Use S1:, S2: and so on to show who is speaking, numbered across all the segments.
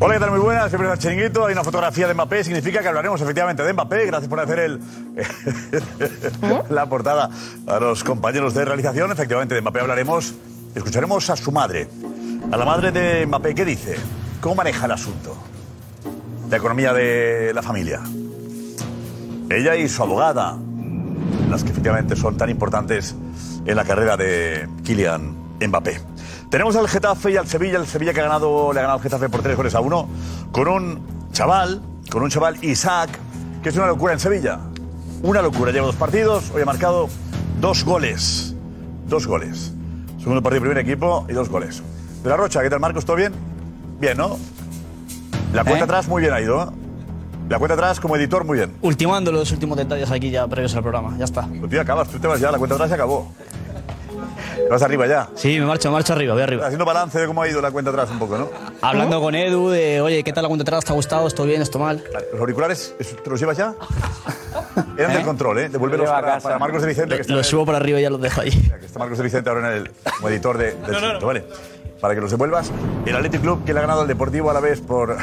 S1: Hola, ¿qué tal? Muy buenas. Siempre el chiringuito. Hay una fotografía de Mbappé. Significa que hablaremos efectivamente de Mbappé. Gracias por hacer el, la portada a los compañeros de realización. Efectivamente, de Mbappé hablaremos. Escucharemos a su madre. A la madre de Mbappé, ¿qué dice? ¿Cómo maneja el asunto? La economía de la familia. Ella y su abogada, las que efectivamente son tan importantes en la carrera de Kylian Mbappé. Tenemos al Getafe y al Sevilla, el Sevilla que ha ganado, le ha ganado al Getafe por tres goles a uno, con un chaval, con un chaval Isaac, que es una locura en Sevilla. Una locura, lleva dos partidos, hoy ha marcado dos goles. Dos goles. Segundo partido, primer equipo y dos goles. De la Rocha, ¿qué tal Marcos? ¿Todo bien? Bien, ¿no? La cuenta atrás muy bien ha ido. ¿eh? La cuenta atrás como editor muy bien.
S2: Ultimando los últimos detalles aquí ya previos al programa, ya está.
S1: Tú tío, acabas, tú te vas ya, la cuenta atrás se acabó. Te vas arriba ya.
S2: Sí, me marcho, marcho arriba, voy arriba.
S1: Haciendo balance de cómo ha ido la cuenta atrás un poco, ¿no?
S2: Hablando con Edu de, oye, ¿qué tal la cuenta atrás? ¿Te ha gustado? ¿Esto bien? ¿Esto mal?
S1: ¿Los auriculares ¿eso te los llevas ya?
S3: Ah,
S1: Eran del control, ¿eh? Devuélvelos
S2: Lo llevo a
S1: para,
S2: casa.
S1: para Marcos de Vicente, que está,
S2: Los subo por arriba y ya los dejo ahí.
S1: que está Marcos de Vicente ahora en el, como editor de, del Chiringuito, ¿vale? Para que los devuelvas. El Athletic Club, que le ha ganado al Deportivo a la vez por,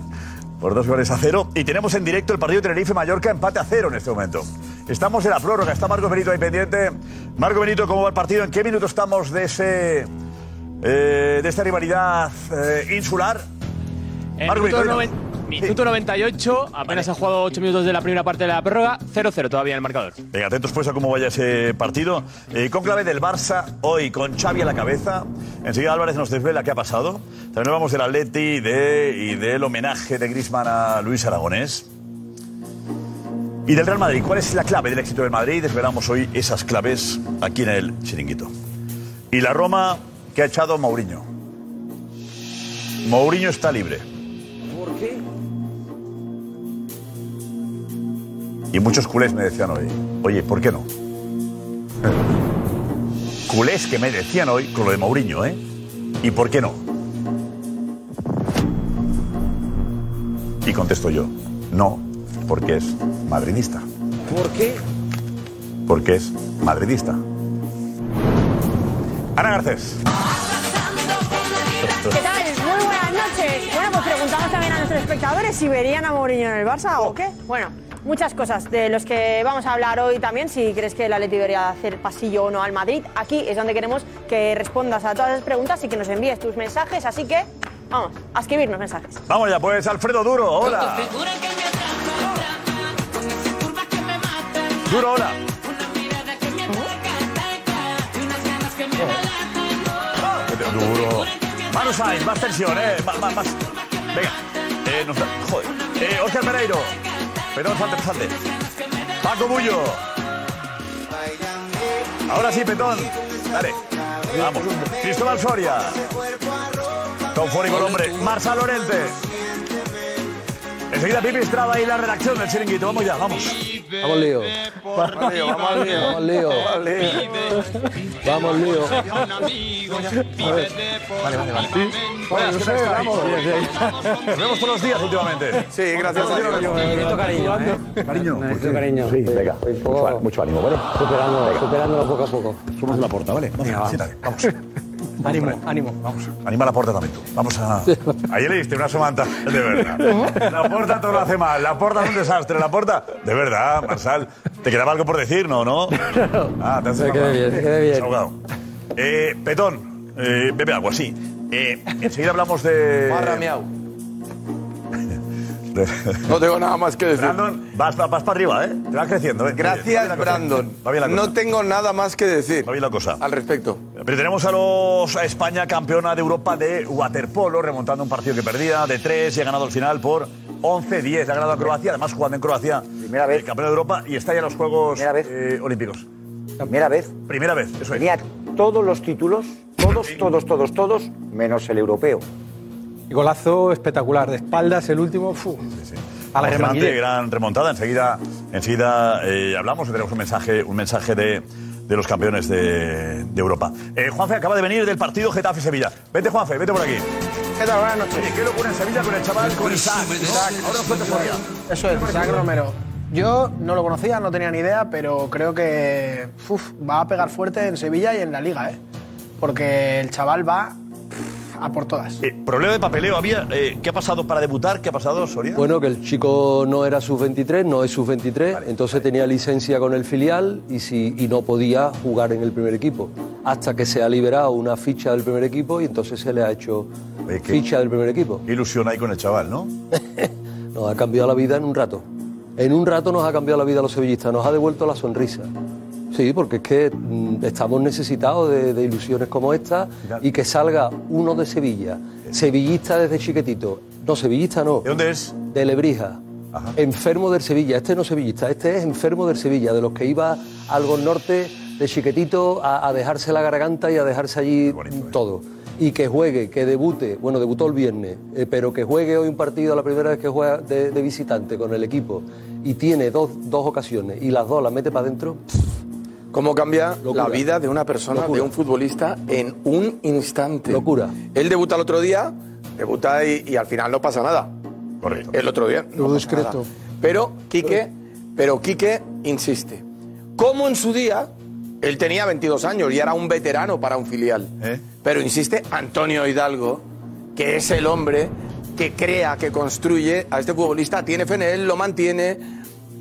S1: por dos goles a cero. Y tenemos en directo el partido Tenerife-Mallorca, empate a cero en este momento. Estamos en la prórroga, está Marcos Benito ahí pendiente. Marco Benito, ¿cómo va el partido? ¿En qué minuto estamos de ese... eh, de esta rivalidad eh, insular?
S4: En
S1: Marco
S4: minuto,
S1: Benito,
S4: noven-
S1: venga.
S4: minuto 98, apenas ha jugado 8 minutos de la primera parte de la prórroga, 0-0 todavía en el marcador.
S1: Venga, atentos pues a cómo vaya ese partido. Eh, conclave del Barça hoy con Xavi a la cabeza. Enseguida Álvarez nos desvela qué ha pasado. También hablamos del Atleti y, de- y del homenaje de Griezmann a Luis Aragonés. Y del Real Madrid. ¿Cuál es la clave del éxito del Madrid? Desvelamos hoy esas claves aquí en el chiringuito. Y la Roma que ha echado Mourinho. Mourinho está libre.
S5: ¿Por qué?
S1: Y muchos culés me decían hoy, oye, ¿por qué no? culés que me decían hoy con lo de Mourinho, ¿eh? ¿Y por qué no? Y contesto yo, no, porque es madridista,
S5: ¿Por qué?
S1: porque es madridista. Ana Garcés.
S6: ¿Qué tal? Muy buenas noches. Bueno, pues preguntamos también a nuestros espectadores si verían a Mourinho en el Barça o qué. Bueno, muchas cosas de los que vamos a hablar hoy también, si crees que el Atleti debería hacer pasillo o no al Madrid. Aquí es donde queremos que respondas a todas las preguntas y que nos envíes tus mensajes, así que vamos a escribirnos mensajes.
S1: Vamos ya, pues Alfredo Duro, hola. Duro, hola. Pero duro. Manu Sainz, más tensión, eh. Más, más, más. Venga. Eh, nos da- Joder. Eh, Oscar Pereiro. Perdón, salte, salte. Paco Bullo. Ahora sí, Petón. Dale. Vamos. Cristóbal Soria. Confónico el hombre. Marsa Lorente. Enseguida Pipi Estrada y la redacción del chiringuito. Vamos ya, vamos.
S5: Vamos lío.
S1: Vamos lío, vamos lío.
S5: Vamos lío. Vamos lío.
S1: Vale, vale, vale. Bueno, es que no está ahí. Nos vemos todos los días últimamente. Sí, gracias.
S7: ¿eh?
S5: cariño,
S8: ¿eh?
S1: Cariño, pues
S5: Necesito cariño. Sí,
S8: Venga,
S5: Estoy un poco
S8: mucho, mucho ánimo, ¿vale?
S5: superando, superándolo poco a poco.
S8: Somos la porta, ¿vale?
S1: Venga, siéntate, vamos.
S2: Ánimo, ánimo.
S1: Vamos, anima la puerta también tú. Vamos a. Ayer le diste una somanta, de verdad. La puerta todo lo hace mal, la puerta es un desastre, la puerta. De verdad, Marsal. ¿Te quedaba algo por decir, no? no? Ah, te has
S5: Me quedé bien, me quedé bien.
S1: desahogado. Eh, Petón, eh, bebe agua, sí. Eh, enseguida hablamos de.
S9: Marra miau.
S1: No tengo nada más que decir. Brandon, vas, vas para arriba, ¿eh? Te vas creciendo, ¿eh?
S8: Gracias, Brandon. No
S1: tengo nada más que decir. Va bien la cosa. Al respecto. Pero tenemos a, los, a España campeona de Europa de waterpolo, remontando un partido que perdía de 3 y ha ganado al final por 11-10. Ha ganado a Croacia, además jugando en Croacia. Primera vez. Campeona de Europa y está ya en los Juegos eh, Olímpicos.
S10: Primera vez.
S1: Primera vez, eso es.
S10: Tenía todos los títulos, todos, todos, todos, todos, menos el europeo.
S7: Golazo espectacular, de espaldas el último. fu. A la
S1: Emocionante,
S7: Guille.
S1: gran remontada. Enseguida, enseguida eh, hablamos y tenemos un mensaje, un mensaje de, de los campeones de, de Europa. Eh, Juanfe acaba de venir del partido Getafe-Sevilla. Vete, Juanfe, vete por aquí. ¿Qué tal? Buenas noches. Oye, qué locura en Sevilla con el chaval, con Isaac. Isaac, ahora nos cuentas por allá.
S11: Eso es, Isaac Romero. Yo no lo conocía, no tenía ni idea, pero creo que uf, va a pegar fuerte en Sevilla y en la Liga, ¿eh? Porque el chaval va pff, a por todas.
S1: Eh, problema de papeleo había. Eh, ¿Qué ha pasado para debutar? ¿Qué ha pasado, Soria?
S12: Bueno, que el chico no era sub-23, no es sub-23, entonces tenía licencia con el filial y, si, y no podía jugar en el primer equipo. Hasta que se ha liberado una ficha del primer equipo y entonces se le ha hecho
S1: qué-
S12: ficha del primer equipo.
S1: Ilusión ahí con el chaval, ¿no?
S12: Nos ha cambiado la vida en un rato. En un rato nos ha cambiado la vida a los sevillistas, nos ha devuelto la sonrisa. Sí, porque es que mm, estamos necesitados de, de ilusiones como esta y que salga uno de Sevilla, sevillista desde chiquitito. No, sevillista no. ¿De
S1: dónde es?
S12: De Lebrija. Enfermo del Sevilla. Este no es sevillista, este es enfermo del Sevilla, de los que iba al Gol Norte de chiquitito a, a dejarse la garganta y a dejarse allí
S1: ¿eh?
S12: todo. Y que juegue, que debute, bueno, debutó el viernes, eh, pero que juegue hoy un partido, la primera vez que juega de, de visitante con el equipo, y tiene dos, dos ocasiones, y las dos las mete para adentro.
S8: ¿Cómo cambia
S12: Locura.
S8: la vida de una persona,
S12: Locura.
S8: de un futbolista, en un instante? Locura. Él debuta el otro día, debuta y, y al final no pasa nada.
S1: Correcto.
S8: El otro día. No pasa
S9: Lo discreto.
S8: nada. Pero Quique, pero Quique insiste. Como en su día, él tenía 22 años y era un veterano para un filial. Pero insiste Antonio Hidalgo, que es el hombre que crea, que construye a este futbolista, tiene fe en él, lo mantiene.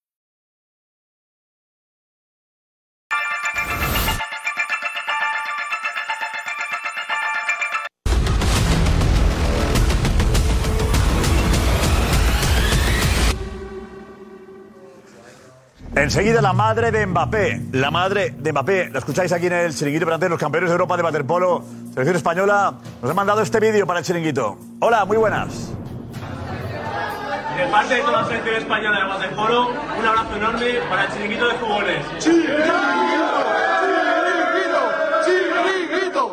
S1: Enseguida la madre de Mbappé, la madre de Mbappé, la escucháis aquí en el chiringuito para los campeones de Europa de waterpolo, selección española, nos ha mandado este vídeo para el chiringuito. Hola, muy buenas.
S13: De parte de toda la selección española de waterpolo, un abrazo enorme para el chiringuito de jugones.
S14: ¡Chiringuito! ¡Chiringuito!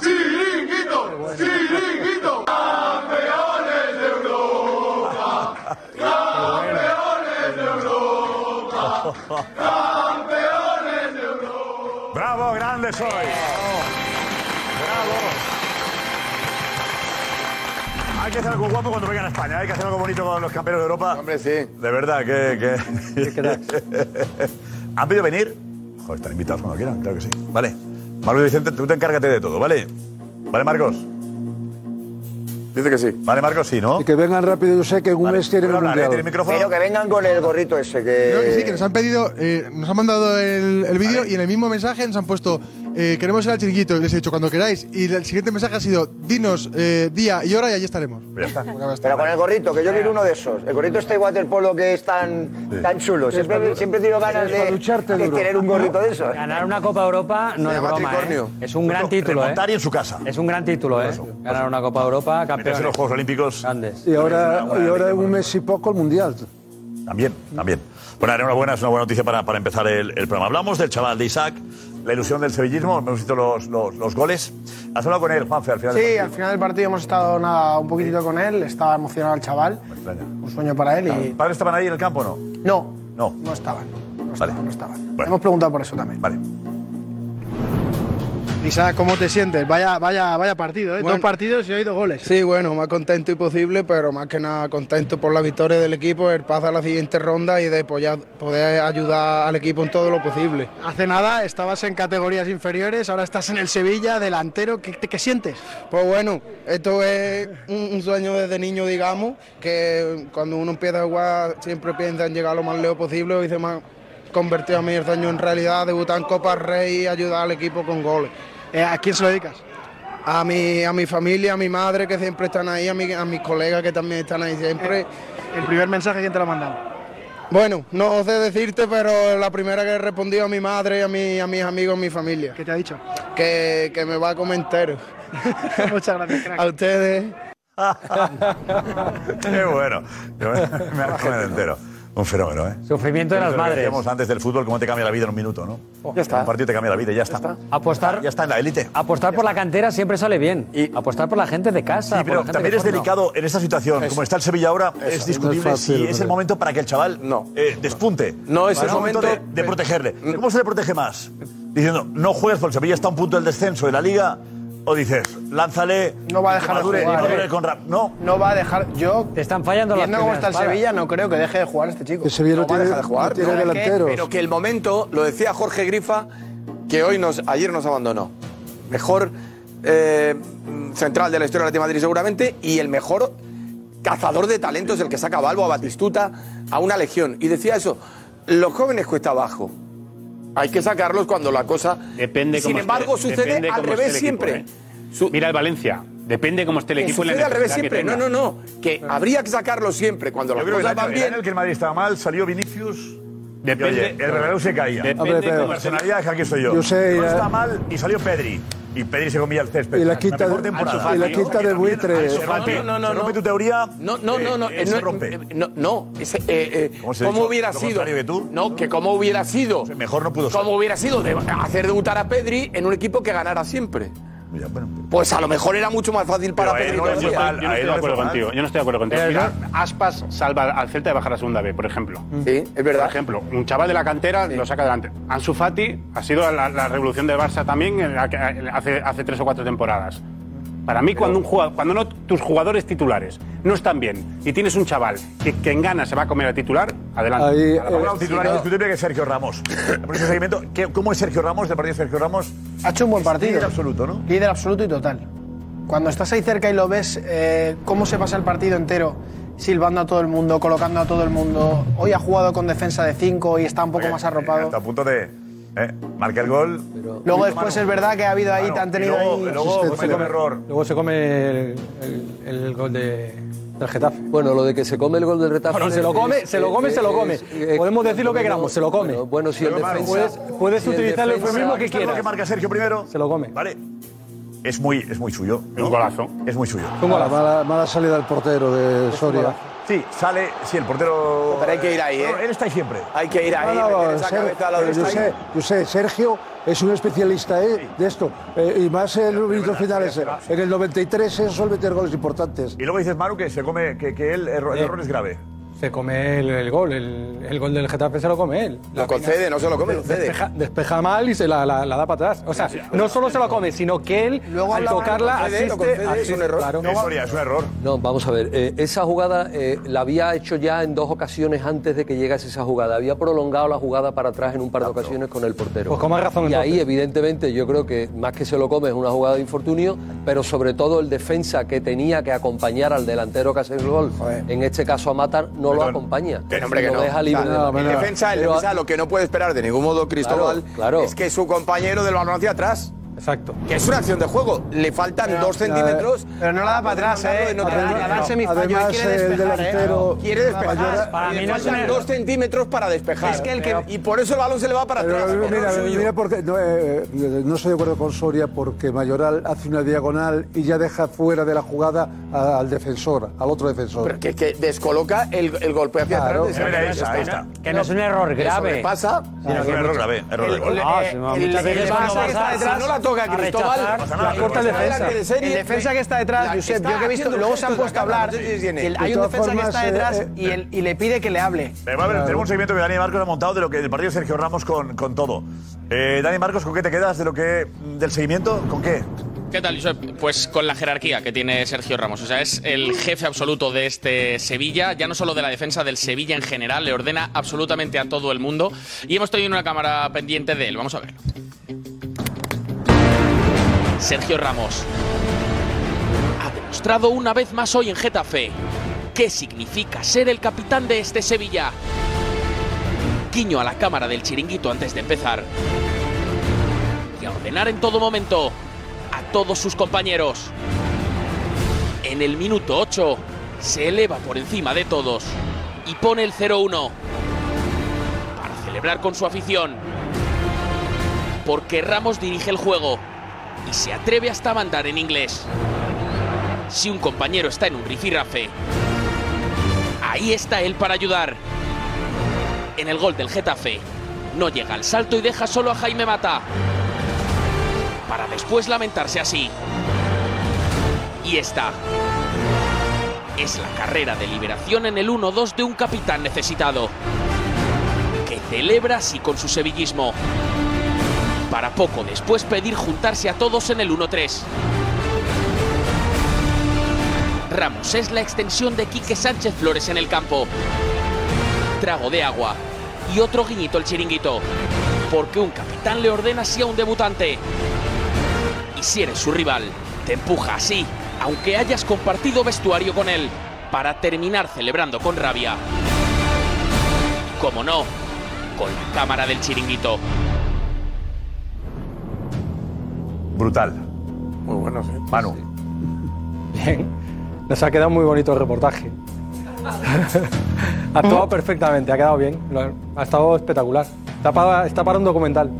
S14: ¡Chiringuito! ¡Chiringuito! ¡Campeones de Europa! ¡Campeones de Europa! ¡Campeones de Europa!
S1: Bravo, grande soy. Hay que hacer algo guapo cuando vengan a España, hay que hacer algo bonito con los campeones de Europa. Hombre, sí. De verdad, que... que... ¿Han pedido venir? Joder, están invitados cuando quieran, claro que sí. Vale. Marcos Vicente, tú te encárgate de todo, ¿vale? ¿Vale, Marcos? Dice que sí. Vale, Marcos, sí, ¿no?
S9: Y que vengan rápido, yo sé que en un mes tienen el
S1: hablar, ¿eh?
S9: mundial.
S1: Tiene el micrófono.
S10: Pero que vengan con el gorrito ese que...
S9: Creo que sí, que nos han pedido, eh, nos han mandado el, el vídeo y en el mismo mensaje nos han puesto
S3: eh, queremos ir al chiringuito. Y les he dicho, cuando queráis. Y el siguiente mensaje ha sido, dinos eh, día y hora y allí estaremos.
S9: Pero con el gorrito, que yo quiero uno de esos. El gorrito este waterpolo que es tan, tan chulo. Siempre, siempre he tenido ganas
S15: Es para
S9: de,
S15: ducharte
S9: de
S15: duro.
S9: tener un gorrito de esos.
S7: Ganar una Copa Europa no
S9: Se
S7: es
S9: llama
S7: broma,
S9: tricornio.
S7: ¿eh? Es un gran
S9: No,
S7: título, ¿eh?
S9: remontar y en su casa.
S7: Es un gran título, ¿eh? Ganar una Copa Europa, campeón.
S1: en los Juegos
S7: Olímpicos. Grandes.
S15: Y ahora, y ahora en un mes y poco el Mundial.
S1: También, también. Bueno, Ana, enhorabuena, es una buena noticia para, para empezar el, el programa. Hablamos del chaval de Isaac, la ilusión del sevillismo, hemos visto los, los, los goles. Has hablado con él, Juanfe, al final del
S11: Sí,
S1: partido.
S11: al final del partido hemos estado nada, un poquitito con él, estaba emocionado el chaval, un sueño para él y...
S1: ¿Padres estaban ahí en el campo o no?
S11: No,
S1: No.
S11: no estaban.
S1: Vale.
S11: Hemos preguntado por eso también.
S1: Vale.
S11: Isaac, ¿cómo te sientes? Vaya, vaya, vaya partido, ¿eh?
S16: Bueno.
S11: Dos partidos y hoy dos goles.
S16: Sí, bueno, más contento y posible, pero más que nada contento por la victoria del equipo, el paso a la siguiente ronda y de apoyar- poder ayudar al equipo en todo lo posible.
S11: Hace nada estabas en categorías inferiores, ahora estás en el Sevilla, delantero. ¿Qué, te- qué sientes?
S16: Pues bueno, esto es un, un sueño desde niño, digamos, que cuando uno empieza a jugar siempre piensa en llegar lo más lejos posible y se me ha convertido a mí el sueño en realidad, debutar en Copa Rey y ayudar al equipo con goles.
S11: Eh, ¿A quién se lo dedicas?
S16: A mi, a mi familia, a mi madre que siempre están ahí, a, mi- a mis colegas que también están ahí siempre.
S11: ¿El primer mensaje quién te lo ha mandado?
S16: Bueno, no sé decirte, pero la primera que he respondido a mi madre, a, mi, a mis amigos, a mi familia. ¿Qué
S11: te ha dicho?
S16: Que, que me va a comentar.
S11: Muchas gracias, crack.
S16: A ustedes.
S1: Qué bueno. Yo me, me has comido entero. Un fenómeno, ¿eh?
S7: Sufrimiento de
S1: Lo
S7: las
S1: que
S7: madres.
S1: Decíamos antes del fútbol, cómo te cambia la vida en un minuto, ¿no? ya está. Un partido te cambia la vida, ya está.
S7: Apostar,
S1: ya está en la élite.
S7: Apostar por la cantera siempre sale bien. apostar por la gente de casa.
S1: Sí,
S7: por la
S1: pero
S7: gente
S1: también
S7: que
S1: es
S7: forma.
S1: delicado en esta situación,
S7: Eso.
S1: como está el Sevilla ahora,
S7: Eso.
S1: es discutible
S7: No es fácil,
S1: si es el
S7: no.
S1: momento para que el chaval eh, despunte.
S8: No es
S1: Para
S8: el
S1: un
S8: momento
S1: de, de protegerle. ¿Cómo se le protege más? Diciendo, no juegues porque el Sevilla está a un punto del descenso de la liga, o dices, lánzale.
S11: No va a
S1: que
S11: dejar de
S1: madure,
S11: jugar,
S1: no dure
S11: eh.
S1: con rap. No.
S11: No va a dejar. Yo.
S7: Te están fallando
S8: las
S11: Viendo cómo está
S8: primeras
S11: el
S8: palas.
S11: Sevilla, no creo que deje de jugar este chico.
S8: El Sevilla no
S11: va a
S8: tiene-
S11: dejar de jugar.
S8: no tiene
S11: ¿No? ¿Qué?
S8: delanteros. Pero que el momento, lo decía Jorge Grifa, que hoy nos, ayer nos abandonó. Mejor eh, central de la historia del Atlético de Madrid seguramente y el mejor cazador de talentos, el que saca a Balbo, a Batistuta, a una legión. Y decía eso, los jóvenes cuesta abajo. Hay que sacarlos cuando la cosa...
S17: Depende
S8: Sin
S17: cómo esté-
S8: embargo, sucede
S17: depende
S8: al
S17: cómo esté
S8: revés
S17: el equipo,
S8: siempre.
S17: ¿eh? Mira el Valencia. Depende cómo esté el
S8: Que
S17: equipo. y la
S8: sucede al revés
S17: necesidad que
S8: siempre. No,
S17: tenga.
S8: no, no. Que habría que sacarlo siempre. Cuando
S1: Yo
S8: las
S1: creo que
S8: cosas
S1: el año-
S8: van
S1: el
S8: bien.
S1: año en el que el Madrid estaba mal, salió Vinicius.
S8: Depende-
S1: y oye, el reloj se caía.
S15: Depende Hombre, pero-
S1: La personalidad que aquí soy yo.
S15: Yo sé,
S1: no
S15: eh,
S1: está mal y salió Pedri. Y Pedri se comía el césped.
S15: Y la
S1: La
S15: quinta-
S1: mejor temporada.
S15: Ansu Fati, y la
S1: ¿no? Que
S15: quinta de
S1: también
S15: buitre.
S1: Ansu
S15: Se
S1: Fati.
S15: rompe-
S8: No, no,
S1: se
S8: no.
S1: rompe tu teoría.
S8: No, no, no, no.
S1: eh,
S8: no,
S1: se rompe.
S8: No, no. ese, eh, eh,
S1: ¿Cómo se ha
S8: ¿Cómo
S1: dicho?
S8: hubiera
S1: ¿Lo
S8: sido?
S1: contrario que tú?
S8: No, que cómo hubiera sido.
S1: Mejor no pudo ser.
S8: ¿Cómo hubiera sido de hacer debutar a Pedri en un equipo que ganara siempre?
S1: Ya, bueno.
S8: Pues a lo mejor era mucho más fácil para
S17: Pero a él
S8: Pedri.
S17: no le
S8: todavía.
S17: fue mal, Yo no estoy de acuerdo contigo. Yo no estoy de acuerdo contigo.
S8: Pero
S17: Mira, Aspas salva al Celta de bajar a segunda B, por ejemplo.
S8: Sí, es verdad.
S17: Por ejemplo, un chaval de la cantera lo saca adelante. Ansu Fati ha sido la, la revolución del Barça también en la que- hace, hace tres o cuatro temporadas. Para mí, cuando, un jugador- cuando no, tus jugadores titulares no están bien y tienes un chaval que, que en gana se va a comer al titular, adelante.
S1: Ahí,
S17: A la
S1: eh,
S17: palabra.
S1: un titular indiscutible que es Sergio Ramos. Por ese seguimiento, ¿qué- ¿cómo es Sergio Ramos? De partido de Sergio Ramos.
S11: Ha hecho un buen partido.
S1: Líder absoluto, ¿no?
S11: Líder absoluto y total. Cuando estás ahí cerca y lo ves, eh, cómo se pasa el partido entero, silbando a todo el mundo, colocando a todo el mundo. Hoy ha jugado con defensa de 5 y está un poco más arropado.
S1: Está a punto de. eh, marca el gol.
S11: Luego después es verdad que ha habido ahí, te han tenido
S1: y luego-
S11: ahí.
S1: y luego
S11: asistencia.
S1: comete un error.
S5: Este Luego se come el, el- el gol de, del Getafe.
S12: Bueno, lo de que se come el gol del Getafe.
S5: Bueno, se lo come, se lo come, se lo come. Podemos decir lo que queramos, se lo come.
S12: Bueno, bueno, si el
S5: Pero,
S12: defensa.
S5: puedes- puedes
S12: si el
S5: utilizar el
S12: defensa-
S5: eufemismo que
S1: ¿Sabes lo que marca Sergio primero? Se
S5: lo come.
S1: Vale. Es muy, es muy suyo. Un
S17: golazo.
S1: Es muy suyo.
S15: Mala, mala, mala salida del portero de
S8: Pues
S15: Soria.
S1: Sí, sale, sí, el portero.
S8: Pero hay que ir ahí, ¿eh?
S1: Bueno, Él está ahí siempre.
S8: Hay que ir ahí.
S15: No, no,
S8: meter esa
S15: Ser-
S8: cabeza a la
S15: pero yo,
S8: derecha.
S15: sé, yo sé, Sergio es un especialista ¿eh? de esto. Eh, y más en los minutos finales. eh. En el 93 eso suele meter goles importantes.
S1: Y luego dices, Maru, que se come, que, que él, el, erro- el error es grave.
S5: Se come el, el gol, el, el gol del Getafe se lo come él.
S8: Lo concede, no se lo come, lo cede.
S5: Despeja, despeja mal y se la, la- la da para atrás. O sea, no solo se lo come, sino que él, al
S8: habla-
S5: tocarla,
S8: lo concede,
S5: asiste,
S8: lo concede, es
S5: asiste,
S8: un error.
S5: claro.
S1: Es Soria, es un error.
S12: No, vamos a ver. eh, esa jugada eh, la había hecho ya en dos ocasiones antes de que llegase esa jugada. Había prolongado la jugada para atrás en un par de ocasiones con el portero.
S5: Pues con más razón,
S12: Y
S5: entonces.
S12: ahí, evidentemente, yo creo que más que se lo come es una jugada de infortunio, pero sobre todo el defensa que tenía que acompañar al delantero que hace el gol, en este caso a Matar, no no lo acompaña.
S8: Que no, hombre, que
S12: lo
S8: no.
S12: deja libre.
S8: Claro, en defensa, en defensa, lo que no puede esperar de ningún modo Cristóbal es que su compañero del balón hacia atrás.
S7: Exacto.
S8: Que es una acción de juego. Le faltan
S7: Pero-
S8: dos
S7: pero-
S8: centímetros.
S7: pero no la da para atrás, ¿eh? Además-
S8: Además, el delantero eh. quiere despejar.
S7: ¿eh? Para mí
S8: le
S7: no es
S8: faltan
S7: un-
S8: dos centímetros para despejar.
S7: Es que el
S8: que y por eso el balón se le va para atrás.
S15: Pero
S8: error
S15: mira,
S8: suyo.
S15: mira porque no, eh, no estoy de acuerdo con Soria porque Mayoral hace una diagonal y ya deja fuera de la jugada a- al defensor, al otro defensor.
S8: Pero que, que descoloca el, el golpe hacia
S15: Claro.
S8: atrás.
S15: Mira,
S8: de-
S15: esa,
S8: de-
S15: esta.
S18: Que no es un error
S8: Eso
S18: grave.
S8: le pasa.
S18: Sino que mucho- El- el-
S8: Ah,
S18: eh,
S8: sí, mamá,
S18: el-
S8: muchas
S18: el-
S8: veces
S18: el-
S8: pasa
S18: el-
S8: que está
S18: el-
S8: detrás.
S18: el-
S8: no la toca
S18: a
S8: Cristóbal,
S18: rechazar,
S8: pasa
S18: la
S8: nada,
S18: corta el
S8: está
S18: defensa.
S8: delante de serie.
S18: El defensa
S11: que está detrás,
S8: La que
S11: Josep,
S8: está
S11: yo que he visto,
S8: haciendo
S11: luego se han
S8: gestos
S11: puesto a
S8: de la
S11: hablar.
S8: cámara, no sé si tiene.
S11: que el- hay
S8: De
S11: un
S8: todas
S11: defensa que
S8: formas,
S11: está
S8: eh,
S11: detrás
S8: eh,
S11: y, el- y le pide que le hable.
S1: Eh, va a haber- Tenemos un seguimiento que Dani Marcos ha montado de lo que, del partido de Sergio Ramos con, con todo. Eh, Dani Marcos, ¿con qué te quedas de lo que, del seguimiento? ¿Con qué?
S19: ¿Qué tal, Josep? Pues con la jerarquía que tiene Sergio Ramos. O sea, es el jefe absoluto de este Sevilla, ya no solo de la defensa del Sevilla en general, le ordena absolutamente a todo el mundo. Y hemos tenido una cámara pendiente de él, vamos a ver. Sergio Ramos ha demostrado una vez más hoy en Getafe qué significa ser el capitán de este Sevilla. Guiño a la cámara del chiringuito antes de empezar y a ordenar en todo momento a todos sus compañeros. En el minuto 8 se eleva por encima de todos y pone el 0-1 para celebrar con su afición. Porque Ramos dirige el juego y se atreve hasta a mandar en inglés. Si un compañero está en un rifirrafe, ahí está él para ayudar. En el gol del Getafe, no llega al salto y deja solo a Jaime Mata para después lamentarse así. Y esta es la carrera de liberación en el 1-2 de un capitán necesitado, que celebra así con su sevillismo, para poco después pedir juntarse a todos en el 1-3. Ramos es la extensión de Quique Sánchez Flores en el campo. Trago de agua y otro guiñito el chiringuito, porque un capitán le ordena así a un debutante. Y si eres su rival, te empuja así, aunque hayas compartido vestuario con él, para terminar celebrando con rabia. Y como no, con la cámara del chiringuito.
S1: Brutal.
S8: Muy bueno, sí. pues
S1: Manu.
S7: Bien. Nos ha quedado muy bonito el reportaje. ha actuado perfectamente, ha quedado bien. lo- Ha estado espectacular. Está para, está para un documental.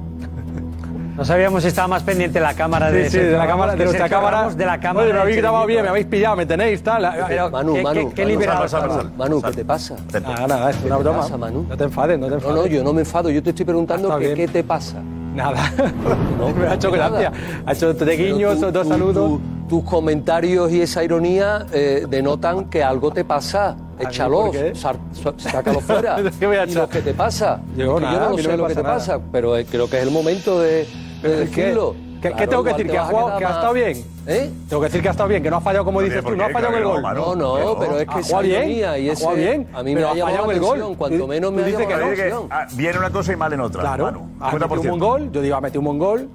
S18: No sabíamos si estaba más pendiente la cámara de
S7: Sí, sí, de la
S18: Sergio
S7: cámara,
S18: Ramos
S7: de
S18: que
S7: nuestra
S18: Sergio
S7: cámara.
S18: Ramos de la cámara
S7: Oye, me
S18: del
S7: habéis grabado
S18: chiringuito.
S7: bien, me habéis pillado, me tenéis, tal. Eh,
S12: Manu, Manu,
S7: ¿Qué,
S12: Manu,
S7: qué- qué
S12: Manu,
S7: liberado
S12: sal, sal,
S7: estaba? Ah,
S12: sal, Manu, ¿qué te pasa?
S7: Nada, nada, es
S12: ¿Qué
S7: una
S12: te
S7: broma.
S12: pasa, Manu?
S7: No te enfades, no te
S12: No,
S7: enfades. Ah,
S12: no, yo no me enfado, yo te estoy preguntando
S7: Está
S12: que,
S7: bien.
S12: qué te pasa.
S7: Nada. me ha hecho gracia. Ha hecho tres guiños, dos
S12: saludos. tus comentarios y esa ironía eh, denotan que algo te pasa. Échalos,
S7: qué?
S12: sar- sa- sácalo fuera.
S7: ¿Qué voy a
S12: Y
S7: echar?
S12: lo que te pasa. Es
S7: Yo
S12: que
S7: nada,
S12: yo no
S7: a mí no me
S12: sé lo que
S7: pasa
S12: te
S7: nada.
S12: pasa, pero eh, creo que es el momento de, de
S7: ¿Qué-
S12: decirlo.
S7: ¿Qué,
S12: Claro,
S7: qué tengo que
S12: igual
S7: decir?
S12: te
S7: ¿Que ha,
S12: vas a
S7: jugado-
S12: quedar
S7: que ha
S12: más-
S7: estado bien?
S12: ¿Eh?
S7: Tengo que decir que ha estado bien, que no ha fallado como dices tú, no ha fallado el gol.
S12: No, no, pero es que esa ironía y
S7: Ha
S12: ese,
S7: jugado bien,
S12: a mí me
S7: pero
S12: ha
S7: fallado
S12: llamado
S7: el
S12: el
S7: gol.
S12: Cuanto menos me ha llamado la atención.
S1: ah,
S7: ah,
S1: viene una cosa y mal en otra.
S7: Claro,
S1: Manu,
S7: ha metido un
S1: 50%.
S7: buen gol, yo digo, ha metido un buen gol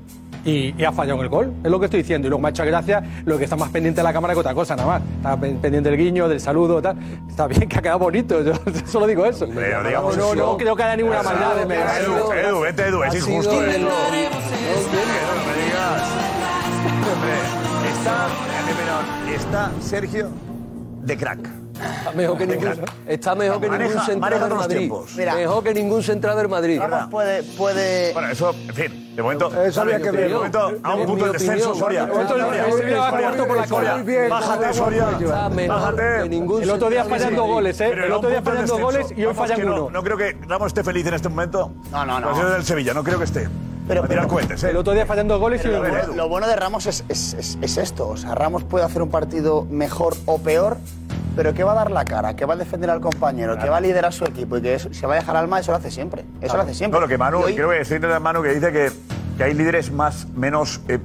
S7: y, y ha fallado en el gol. Es lo que estoy diciendo. Y luego me ha hecho gracia lo que está más pendiente de la cámara que otra cosa, nada más. Está pen- pendiente del guiño, del saludo, tal. Está bien que ha quedado bonito, yo solo digo eso.
S1: Pero digamos
S7: no, no,
S1: eso.
S7: no creo que haya ninguna
S1: Ha sido-
S7: maldad de
S1: ha sido- Edu, Edu, vente, Edu, es injusto. eh. Hombre, Está, fíjate, pero está Sergio de crack.
S12: Está mejor que ningún, está mejor que
S1: Maneja-
S12: ningún central
S1: maneja
S12: del
S1: otros
S12: Madrid.
S1: tiempos.
S12: Mira. Mejor que ningún central del Madrid.
S1: puede, puede. Bueno, eso, en fin, de momento.
S12: Eso habría
S1: de
S12: que ver.
S1: momento, a un
S12: Es
S1: punto
S12: mi
S1: de descenso,
S12: opinión.
S1: Soria.
S12: Esto es-
S1: Soria,
S12: es-
S1: Soria,
S12: es-
S1: Soria,
S12: muerto por la
S1: Soria.
S12: cola. Bien,
S1: Bájate,
S12: está
S1: Soria.
S12: mejor
S1: Bájate.
S12: que ningún El otro día central del fallan dos Madrid. goles, ¿eh?
S1: Pero
S12: El
S1: era
S12: otro
S1: un
S12: día
S1: punto de
S12: fallan dos
S1: descenso.
S12: goles y hoy
S1: Vamos,
S12: fallan
S1: que no-
S12: uno.
S1: No creo que Ramos esté feliz en este momento. No,
S3: no.
S1: del Sevilla, no creo que esté. Pero, tirar cohetes, ¿eh?
S7: El otro día fallando goles y
S3: Pero
S7: un
S3: lo,
S7: gol.
S3: bueno- lo bueno de Ramos es, es- es- es esto. O sea, Ramos puede hacer un partido mejor o peor, pero que va a dar la cara, que va a defender al compañero, que va a liderar su equipo y que es- se va a dejar alma, eso lo hace siempre. Eso lo hace siempre.
S1: No, lo que Manu,
S3: Y hoy-
S1: creo que estoy entendiendo a Manu que dice que, que hay líderes más, menos eh,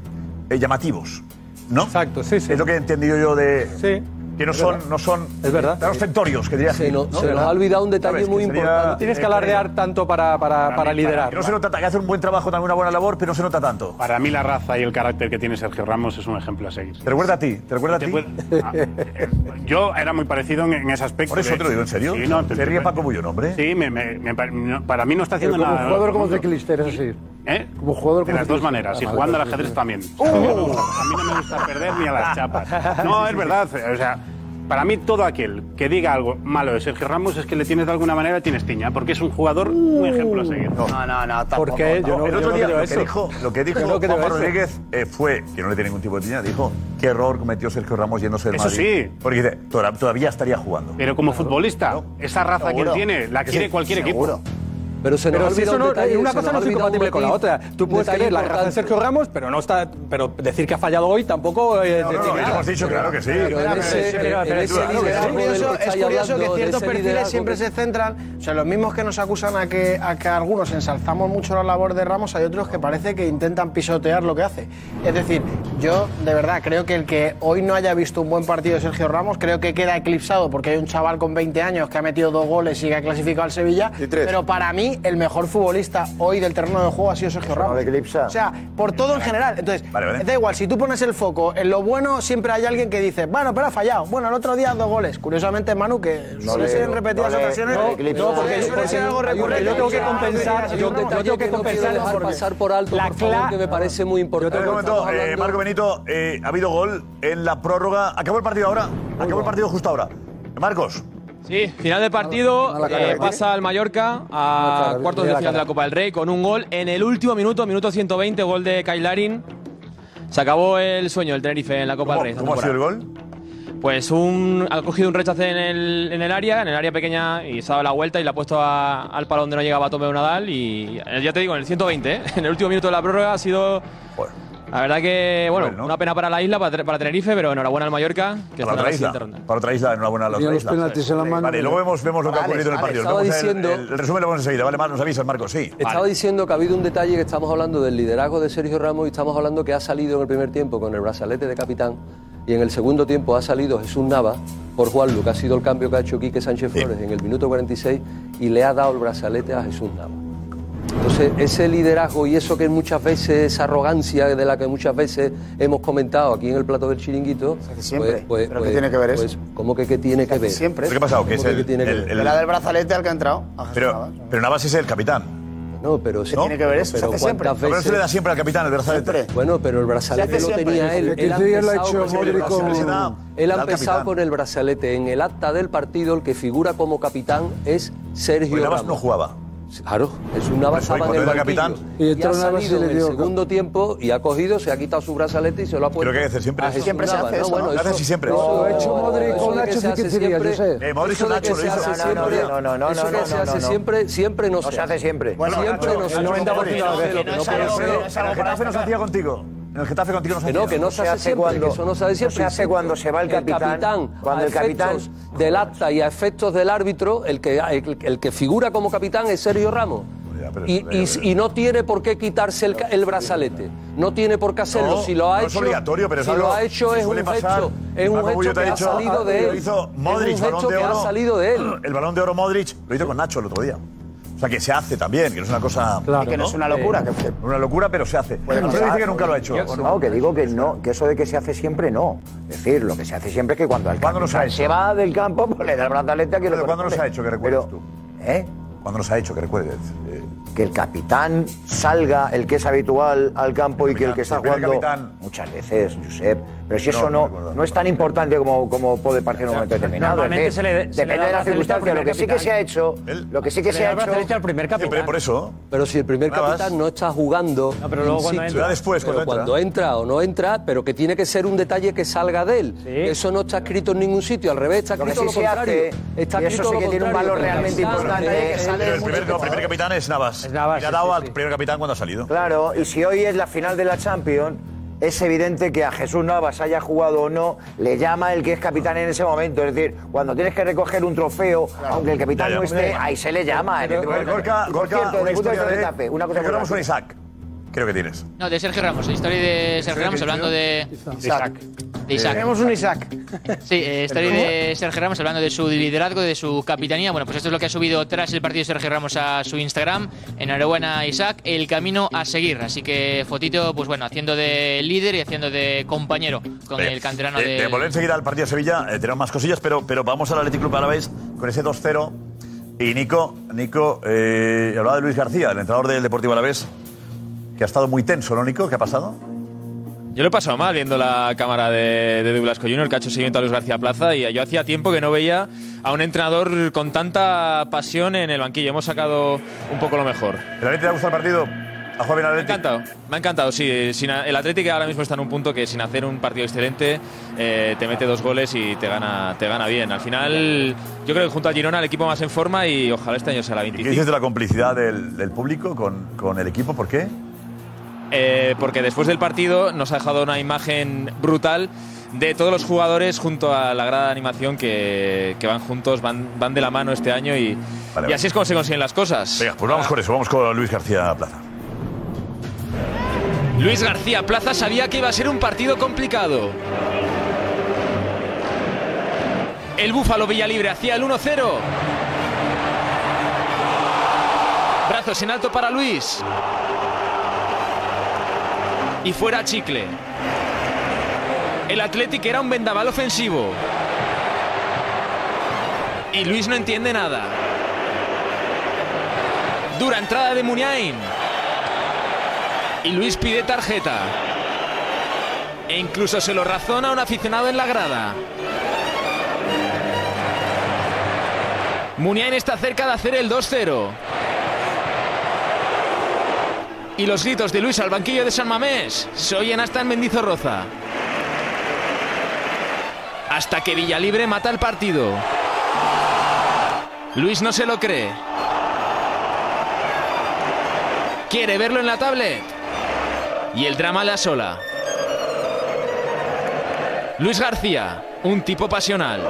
S1: eh, llamativos. ¿No? Exacto, sí, sí. Es lo que he entendido yo de.
S7: Sí.
S1: que no
S12: Es
S1: son,
S12: verdad.
S1: no son
S12: Es verdad.
S1: tan ostentorios, que diría
S12: Se
S1: Gil,
S12: nos-
S1: ¿no?
S12: se nos ha olvidado un detalle
S1: ¿Sabes?
S12: muy
S1: sería,
S12: importante.
S7: Tienes
S1: eh,
S7: que alardear tanto para, para, para
S1: mí,
S7: liderar.
S1: que no se nota, que hace un buen trabajo, también una buena labor, pero no se nota tanto.
S17: Para mí la raza y el carácter que tiene Sergio Ramos es un ejemplo a seguir.
S1: ¿Te recuerda a ti? ¿Te recuerda a ti?
S17: pues, ah, Yo era muy parecido en, en ese aspecto.
S1: Por eso
S17: de
S1: te lo digo, ¿en serio?
S17: Sí, no,
S1: Se ríe Paco Bullón, hombre.
S17: Sí, me- me- me pa- no, para mí no está haciendo
S15: como
S17: nada.
S15: jugador como
S17: de,
S15: ciclista, es así.
S17: Como jugador de
S15: como
S17: las dos
S15: ciclista.
S17: maneras, y
S15: Ah, vale,
S17: jugando al
S15: vale,
S17: ajedrez
S15: vale.
S17: también. A mí no me gusta perder ni a las chapas. No, es verdad. O sea, para mí todo aquel que diga algo malo de Sergio Ramos es que le tienes de alguna manera tienes tiña, porque es un jugador un ejemplo a seguir. No,
S3: no, no,
S17: tampoco.
S1: No, el otro día lo que dijo, lo que dijo
S17: Yo no creo
S1: Juanma
S17: eso.
S1: Rodríguez eh, fue, que no le tiene ningún tipo de tiña, dijo, qué error cometió Sergio Ramos yéndose del
S17: Eso
S1: Madrid.
S17: sí.
S1: Porque dice, "Tora- todavía estaría jugando.
S17: Pero como futbolista, esa raza
S1: Seguro.
S17: que él tiene, la
S1: Sí,
S17: quiere cualquier
S1: seguro.
S17: equipo.
S12: Pero se nos ha
S7: Pero si
S12: olvidado
S7: eso
S12: un
S7: no, eh,
S12: detalle,
S7: una
S12: se
S7: cosa
S12: nos ha
S7: no es
S12: olvidado
S7: incompatible
S12: un
S7: con la
S12: matiz,
S7: otra. Tú
S12: un
S7: puedes
S12: detalle
S7: querer la raza de
S12: importante.
S7: Sergio Ramos, pero no está. Pero decir que ha fallado hoy tampoco. eh,
S1: No, no,
S7: decir
S1: no,
S7: nada.
S1: hemos dicho, claro que sí.
S7: Pero en
S1: Espera,
S7: ese-
S12: eh,
S1: espera,
S7: en
S1: espera, espera,
S7: ese
S1: claro que sí.
S7: liderazgo
S1: Es
S7: del
S11: curioso-
S7: que
S11: es
S7: estáis
S11: curioso
S7: hablando,
S11: que
S7: de
S11: ciertos
S7: ese
S11: perfiles
S7: liderazgo
S11: siempre
S7: que-
S11: se centran, o sea, los mismos que nos acusan a que, a que algunos ensalzamos mucho la labor de Ramos, hay otros que parece que intentan pisotear lo que hace. Es decir, yo de verdad creo que el que hoy no haya visto un buen partido de Sergio Ramos, creo que queda eclipsado porque hay un chaval con 20 años que ha metido dos goles y que ha clasificado al Sevilla, pero para mí el mejor futbolista hoy del terreno de juego ha sido Sergio Ramos. O sea, por todo en general. Entonces, da igual, si tú pones el foco en lo bueno, siempre hay alguien que dice, bueno, pero ha fallado. Bueno, el otro día dos goles. Curiosamente, Manu, que
S7: No
S11: suele
S7: le-
S11: ser en repetidas
S7: no le-
S11: ocasiones.
S7: no le eclipsa.
S11: suele-
S7: porque-
S11: suele ser
S7: porque
S11: algo
S7: hay un
S11: recurrente.
S7: detalle- yo tengo que compensar-
S12: Hay
S7: yo
S12: un
S7: te- yo
S12: detalle
S7: tengo que
S12: no quiero
S7: compensar
S12: dejar
S7: porque-
S12: pasar por alto,
S7: La
S12: por favor,
S7: cla-
S12: que me parece muy importante.
S1: Eh, un momento,
S12: Estamos
S1: eh,
S12: hablando-
S1: Marco Benito, eh, ha habido gol en la prórroga. Acabó el partido ahora. Acabó el partido justo ahora. Marcos.
S13: Sí, final del partido,
S1: Mala cara
S13: eh,
S1: que tiene.
S13: pasa al Mallorca
S1: Mala
S13: a
S1: cara,
S13: cuartos de
S1: mira la
S13: final de
S1: cara.
S13: la Copa del Rey con un gol en el último minuto, minuto 120, gol de Kailarin. Se acabó el sueño del Tenerife en la Copa del
S1: ¿Cómo-
S13: Rey. esta
S1: cómo ha sido el
S13: temporada. Pues un, ha cogido un rechace en el, en el área, en el área pequeña, y se ha dado la vuelta y la ha puesto a- al palo donde no llegaba Tomeu Nadal. Y eh, ya te digo, en el 120, ¿eh? en el último minuto de la prórroga ha sido. La verdad que, bueno, una pena para la isla, para, para Tenerife, pero enhorabuena al Mallorca, que está
S1: Para
S13: en
S1: otra
S13: la
S1: isla.
S13: siguiente ronda.
S1: Para otra isla, enhorabuena a la
S20: Tenía
S1: otra
S20: los
S1: isla.
S20: penaltis en la mano.
S1: Vale, luego vemos, vemos lo que ha
S12: Vale,
S1: ocurrido en
S12: vale,
S1: el partido.
S12: estaba
S1: Vemos el-
S12: diciendo-
S1: el, el resumen lo vamos enseguida. Vale, Mar, nos avisas, Marcos, sí.
S12: Estaba diciendo que ha habido un detalle que estamos hablando del liderazgo de Sergio Ramos y estamos hablando que ha salido en el primer tiempo con el brazalete de capitán y en el segundo tiempo ha salido Jesús Nava por Juan que ha sido el cambio que ha hecho Quique Sánchez Flores en el minuto 46 y le ha dado el brazalete a Jesús Nava. Entonces, ese liderazgo y eso que muchas veces, esa arrogancia de la que muchas veces hemos comentado aquí en el plato del chiringuito,
S3: siempre. ¿Pero qué tiene que ver eso?
S12: pues, ¿Cómo que qué tiene que ver?
S3: Siempre.
S1: ¿Pero qué ha pasado? ¿Que es
S12: ¿Cómo
S1: el-
S12: tiene que
S1: el-
S12: ver?
S1: el-
S3: La del brazalete al que ha entrado.
S1: Pero, pero Navas es el capitán.
S12: No, pero
S3: ¿Qué tiene que ver eso? Se hace siempre.
S1: Pero no se le da siempre al capitán el brazalete.
S12: Bueno, pero el brazalete lo tenía él. Él ha empezado, con el, brazalete. Él ha empezado con el brazalete. En el acta del partido, el que figura como capitán es Sergio
S1: Porque Navas
S12: Ramos.
S1: no jugaba.
S12: Claro, es un Navas
S1: Pues,
S12: estaba en
S1: cuando
S12: el
S1: era
S12: banquillo.
S1: capitán.
S12: Y,
S1: Y
S12: ha
S1: entró Navas y
S12: salido
S1: le
S12: en el
S1: dio-
S12: segundo tiempo y ha cogido, se ha quitado su brazalete y se lo ha puesto.
S1: Pero que hay que hacer siempre
S12: a
S1: eso.
S12: Jesús
S1: Siempre se
S12: Navas,
S1: hace
S12: ¿no?
S1: eso,
S12: Bueno,
S1: ¿no? Lo hace así siempre.
S12: no,
S1: Lo ha hecho
S12: no,
S1: Modric
S12: eso
S1: con
S12: de que
S1: Nacho
S12: se hace
S1: Ficiría,
S12: siempre-
S1: yo sé. Eh, Modric
S12: eso
S1: con
S12: de que
S1: Nacho
S12: se
S1: lo hizo.
S12: hace
S1: No, no,
S12: siempre-
S1: no, no, no,
S12: Eso
S1: no,
S12: que se
S1: no,
S12: hace
S1: no.
S12: siempre, siempre no se hace.
S3: siempre.
S1: Bueno,
S12: Siempre
S1: Nacho,
S12: no se
S1: el
S12: hace.
S1: 90% de las veces.
S12: Que no se
S1: En
S12: hace.
S1: el Getafe no se hacía contigo. En el Getafe contigo no se
S12: Que no,
S1: hacía.
S12: que no se hace siempre, que eso no se hace
S1: no
S12: siempre.
S1: se hace
S12: insisto.
S1: cuando se va el capitán,
S3: cuando
S12: a
S3: el capitán-
S12: efectos del acta y a efectos del árbitro, el que, el, el que figura como capitán es Sergio Ramos.
S1: Ah,
S12: Y, y- y no tiene por qué quitarse el, ca- el brazalete. No tiene por qué hacerlo.
S1: No,
S12: si lo ha
S1: no
S12: hecho,
S1: es obligatorio, pero es
S12: si lo
S1: algo
S12: ha hecho
S1: que
S12: es un
S1: suele pasar.
S12: hecho. Es un
S1: Paco Bullo
S12: hecho
S1: te
S12: que ha
S1: dicho, "Ah,
S12: salido de
S1: Lo
S12: él.
S1: hizo Modric,
S12: es un
S1: balón
S12: hecho
S1: de
S12: que
S1: oro.
S12: ha salido de él.
S1: El balón de oro Modric lo hizo con Nacho el otro día. O sea, que se hace también, que no es una cosa.
S3: Y que no es una locura, que-
S1: Eh, una locura, pero se hace. Usted dice que nunca lo ha hecho. ¿o no?
S10: No, que digo que no, que eso de que se hace siempre no. Es decir, lo que se hace siempre es que cuando el capitán se va del campo, pues le da el brazalete a quien lo
S1: ¿Cuándo nos ha
S10: corresponde.
S1: hecho que recuerdes tú?
S10: ¿Eh?
S1: ¿Cuándo nos ha hecho que Eh, recuerdes?
S10: Que el capitán salga, el que es habitual al campo y que el que está
S1: el primer
S10: jugando.
S1: capitán.
S10: Muchas veces, Josep. Pero si
S1: No,
S10: eso
S1: no
S10: no,
S1: recuerdo,
S10: no es tan importante como, como puede parecer en un momento determinado. Es
S21: normalmente
S10: decir,
S21: se le-
S10: depende de
S21: se le da la
S10: las circunstancias.
S21: celeste
S10: Lo
S21: al
S10: que sí que
S21: primer
S10: se ha hecho, lo que sí que
S21: Se
S10: se,
S21: le
S10: ha
S21: da el
S10: hecho.
S21: brazalete al primer capitán. Siempre por
S1: eso.
S12: Pero si el primer
S10: Navas.
S12: capitán no está jugando.
S21: No, Ah, pero luego
S12: insisto,
S21: cuando entra. Será después,
S12: pero
S21: cuando entra.
S12: cuando entra o no entra, pero que tiene que ser un detalle que salga de él. Eso no está escrito en ningún sitio, al revés, está
S10: Lo que
S12: escrito lo,
S10: sí se
S12: contrario.
S10: hace,
S12: está
S10: y eso
S12: escrito
S10: sí
S12: lo
S10: que tiene un
S12: contrario,
S10: valor
S12: pero
S10: realmente
S12: está-
S10: importante,
S12: eh,
S10: que sale
S1: Pero el
S10: mucho
S1: primer, no, el primer capitán es Navas. y le ha dado al primer capitán cuando ha salido.
S10: Claro, y si hoy es la final de la Champions, es evidente que a Jesús Navas haya jugado o no, le llama el que es capitán en ese momento. Es decir, cuando tienes que recoger un trofeo, aunque el capitán
S1: Ya, ya.
S10: no esté, ahí se le llama. en el
S1: Pero,
S10: momento.
S1: Gorka,
S10: Y por
S1: Gorka,
S10: cierto,
S1: una
S10: desde el punto de
S1: historia
S10: vista del
S1: de...
S10: Tape, una cosa
S1: Sergio Ramos
S10: muy
S1: con Isaac. Creo que tienes.
S22: No, de Sergio Ramos, la historia de Sergio Ramos hablando de.
S1: Isaac.
S23: De Isaac.
S11: Tenemos un Isaac.
S23: Sí, eh, historia de Sergio Ramos hablando de su liderazgo, de su capitanía. Bueno, pues esto es lo que ha subido tras el partido de Sergio Ramos a su Instagram. Enhorabuena, Isaac. El camino a seguir. Así que fotito, pues bueno, haciendo de líder y haciendo de compañero con
S1: Eh,
S23: el canterano
S1: eh,
S23: de.
S1: de volver enseguida al partido de Sevilla, eh, tenemos más cosillas, pero, pero vamos al Athletic Club Alavés con ese 2-0. Y Nico, Nico eh, hablaba de Luis García, el entrenador del Deportivo Alavés, que ha estado muy tenso, ¿no, Nico? ¿Qué ha pasado?
S13: Yo lo he pasado mal viendo la cámara de, de Dublasco Junior, que ha hecho seguimiento a Luis García Plaza, y yo hacía tiempo que no veía a un entrenador con tanta pasión en el banquillo. Hemos sacado un poco lo mejor.
S1: ¿El Athletic te ha gustado el partido? ¿Ha jugado bien el Athletic?
S13: Me ha encantado, me ha encantado, sí. Sin a- el Atlético ahora mismo está en un punto que sin hacer un partido excelente eh, te mete dos goles y te gana, te gana bien. Al final, yo creo que junto a Girona el equipo más en forma y ojalá este año sea la
S1: ¿Y
S13: 25.
S1: qué dices de la complicidad del, del público con, con el equipo? ¿Por qué?
S13: Eh, porque después del partido nos ha dejado una imagen brutal de todos los jugadores junto a la grada de animación que, que van juntos, van, van de la mano este año y, y así es como se consiguen las cosas.
S1: Venga, pues vamos con eso, vamos con Luis García Plaza.
S13: Luis García Plaza sabía que iba a ser un partido complicado. El Búfalo Villalibre hacía el 1-0. Brazos en alto para Luis. Y fuera Chicle. El Athletic era un vendaval ofensivo. Y Luis no entiende nada. Dura entrada de Muniain. Y Luis pide tarjeta. E incluso se lo razona a un aficionado en la grada. Muniain está cerca de hacer el 2-0. Y los gritos de Luis al banquillo de San Mamés se oyen hasta en Mendizorroza. Hasta que Villalibre mata el partido. Luis no se lo cree. Quiere verlo en la tablet. Y el drama le asola. Luis García, un tipo pasional.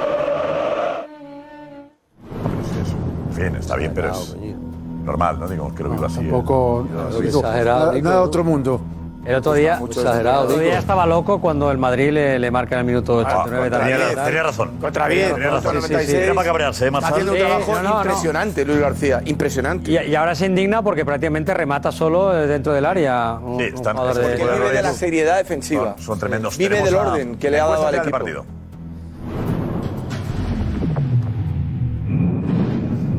S1: Bien, está bien, pero es normal, ¿no? Digamos que lo vivo así. Un
S15: Poco
S7: Exagerado,
S15: nada,
S7: Nico.
S15: nada otro mundo.
S7: El otro día,
S15: Mucho
S7: exagerado, el otro día
S15: exagerado.
S7: estaba loco cuando el Madrid le, le marca en el minuto 89. tal,
S1: tenía,
S7: tal, tal.
S1: Ah, tenía razón.
S7: Contra bien.
S1: Tenía razón.
S7: Sí, sí, sí.
S1: Era para cabrearse, ¿eh, Marzal?
S7: Haciendo un Sí, trabajo no, no, no.
S8: impresionante, Luis García, impresionante.
S7: Y, y ahora se indigna porque prácticamente remata solo eh, dentro del área. Un, un jugador de-
S8: Porque vive de la seriedad defensiva.
S1: Son, son tremendos.
S8: Vive
S1: Tenemos
S8: del
S1: a-
S8: orden que le ha
S1: encuesta
S8: dado al
S1: final del
S8: equipo.
S1: partido.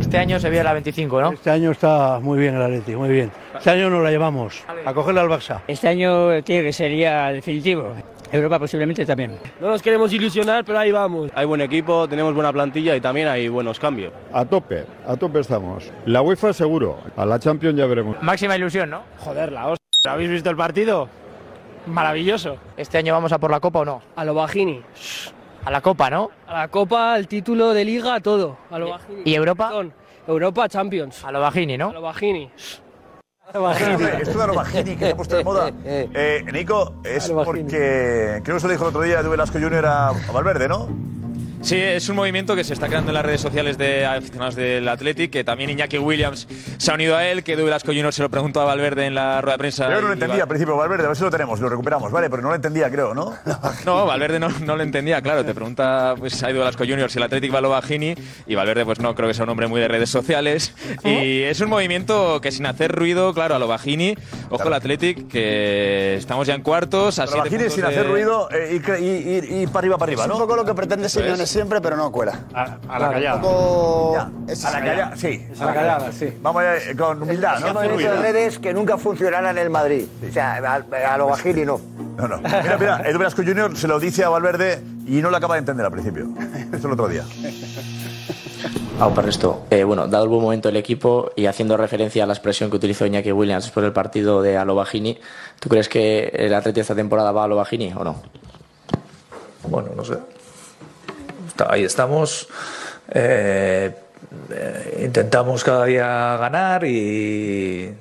S23: Este año se veía la 25, ¿no?
S22: Este año está muy bien el Atleti, muy bien. Este año nos la llevamos a cogerla al Barça.
S24: Este año tiene que sería definitivo. Europa posiblemente también.
S25: No nos queremos ilusionar, pero ahí vamos. Hay buen equipo, tenemos buena plantilla y también hay buenos cambios.
S26: A tope, a tope estamos. La UEFA seguro, a la Champions ya veremos.
S25: Máxima ilusión, ¿no? Joder, la hostia. ¿Habéis visto el partido? Maravilloso.
S23: ¿Este año vamos a por la Copa o no?
S25: A lo bajini.
S23: A la Copa, ¿no?
S25: A la Copa, el título de Liga, todo. A lo bajini.
S23: ¿Y Europa?
S25: Europa Champions.
S23: A lo bajini,
S25: A
S23: ¿no?
S25: lo bajini.
S1: Esto de Arobagini, que se ha puesto de moda. Eh, Nico, es porque. Creo que se lo dijo el otro día de Velasco Junior a a Valverde, ¿no?
S13: Sí, es un movimiento que se está creando en las redes sociales de aficionados del Athletic, que también Iñaki Williams se ha unido a él, que Edu Velasco Junior se lo preguntó a Valverde en la rueda de prensa.
S1: Yo no lo
S13: y-
S1: entendía al principio, Valverde, a ver si lo tenemos, lo recuperamos, ¿vale? Pero no lo entendía, creo, ¿no?
S13: No, Valverde no, no lo entendía, claro. Te pregunta pues, a Edu Velasco Junior si el Athletic va a lo bajini y Valverde pues no, creo que sea un hombre muy de redes sociales.
S1: ¿Eh?
S13: Y es un movimiento que sin hacer ruido, claro, a lo bajini, ojo al Athletic, que estamos ya en cuartos, a
S1: Pero
S13: siete
S1: Bagini
S13: puntos
S1: sin
S13: de-
S1: hacer ruido eh, y, cre- y- y- y para arriba, para arriba,
S13: Es
S1: ¿no?
S13: un poco
S1: lo que pretende
S13: Eso Simeone es.
S1: siempre, pero no cuela.
S13: A,
S1: a
S13: la
S1: callada.
S13: callada.
S1: a la callada, sí.
S9: A la callada,
S1: sí. Vamos allá, eh, con humildad,
S9: Son
S1: ¿no?
S9: esas redes que nunca funcionarán en el Madrid. O sea, a, a lo bajil y no.
S1: No, no. Mira, mira, Edu Velasco Junior se lo dice a Valverde y no lo acaba de entender al principio. Eso el otro día.
S27: Au, per resto. Eh, bueno, dado el buen momento del equipo y haciendo referencia a la expresión que utilizó Iñaki Williams después del partido de Alobagini, ¿tú crees que el Atleti esta temporada va a Alobagini o no?
S28: bueno, no sé. Está- Ahí estamos. Eh, eh, intentamos cada día ganar y.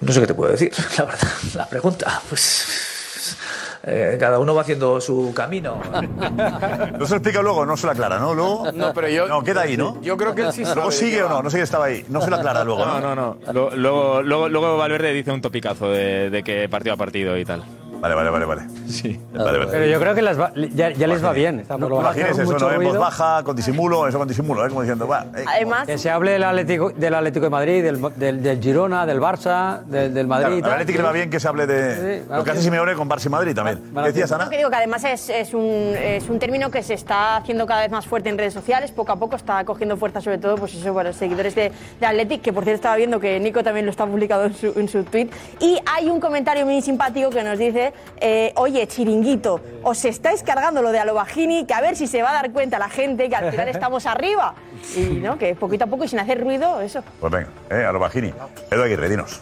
S28: No sé qué te puedo decir, la verdad, la pregunta. Pues. eh, cada uno va haciendo su camino.
S1: No se lo explica luego, no se lo aclara, ¿no? Luego,
S28: No, pero yo-
S1: No, queda ahí, ¿no?
S28: yo creo que él sí
S1: Luego
S28: sabe
S1: sigue
S28: que
S1: o
S28: va.
S1: no, no sé si estaba ahí. No se lo aclara luego, ¿no?
S13: No, no, no. Lo- Luego, luego, luego Valverde dice un topicazo de, de que partido a partido y tal.
S1: Vale, vale, vale, vale. Sí. Vale, vale.
S7: Pero yo creo que las va- ya, ya les va bien.
S1: No, imagínese eso,
S7: Mucho
S1: ¿no? En voz
S7: ruido.
S1: baja, con disimulo, eso con disimulo, ¿eh? Como diciendo, va, eh,
S2: Además,
S7: Que se hable del Atlético, del Atlético de Madrid, del, del, del Girona, del Barça, del, del Madrid.
S1: Claro,
S7: y
S1: al
S7: tal.
S1: Atlético le va bien que se hable de lo que hace Simeone con Barça y Madrid también. ¿Qué decías,
S2: No,
S1: Ana?
S2: que digo que además es, es un, es un término que se está haciendo cada vez más fuerte en redes sociales, poco a poco está cogiendo fuerza, sobre todo pues eso, para los seguidores de, de Athletic, que por cierto estaba viendo que Nico también lo está publicado en su, en su tweet. Y hay un comentario muy simpático que nos dice: eh, Oye, chiringuito, os estáis cargando lo de Alobagini, que a ver si se va a dar cuenta la gente que al final estamos arriba. Y no, que poquito a poco y sin hacer ruido, eso.
S1: Pues venga, eh, a lo bajini. Edu Aguirre, dinos.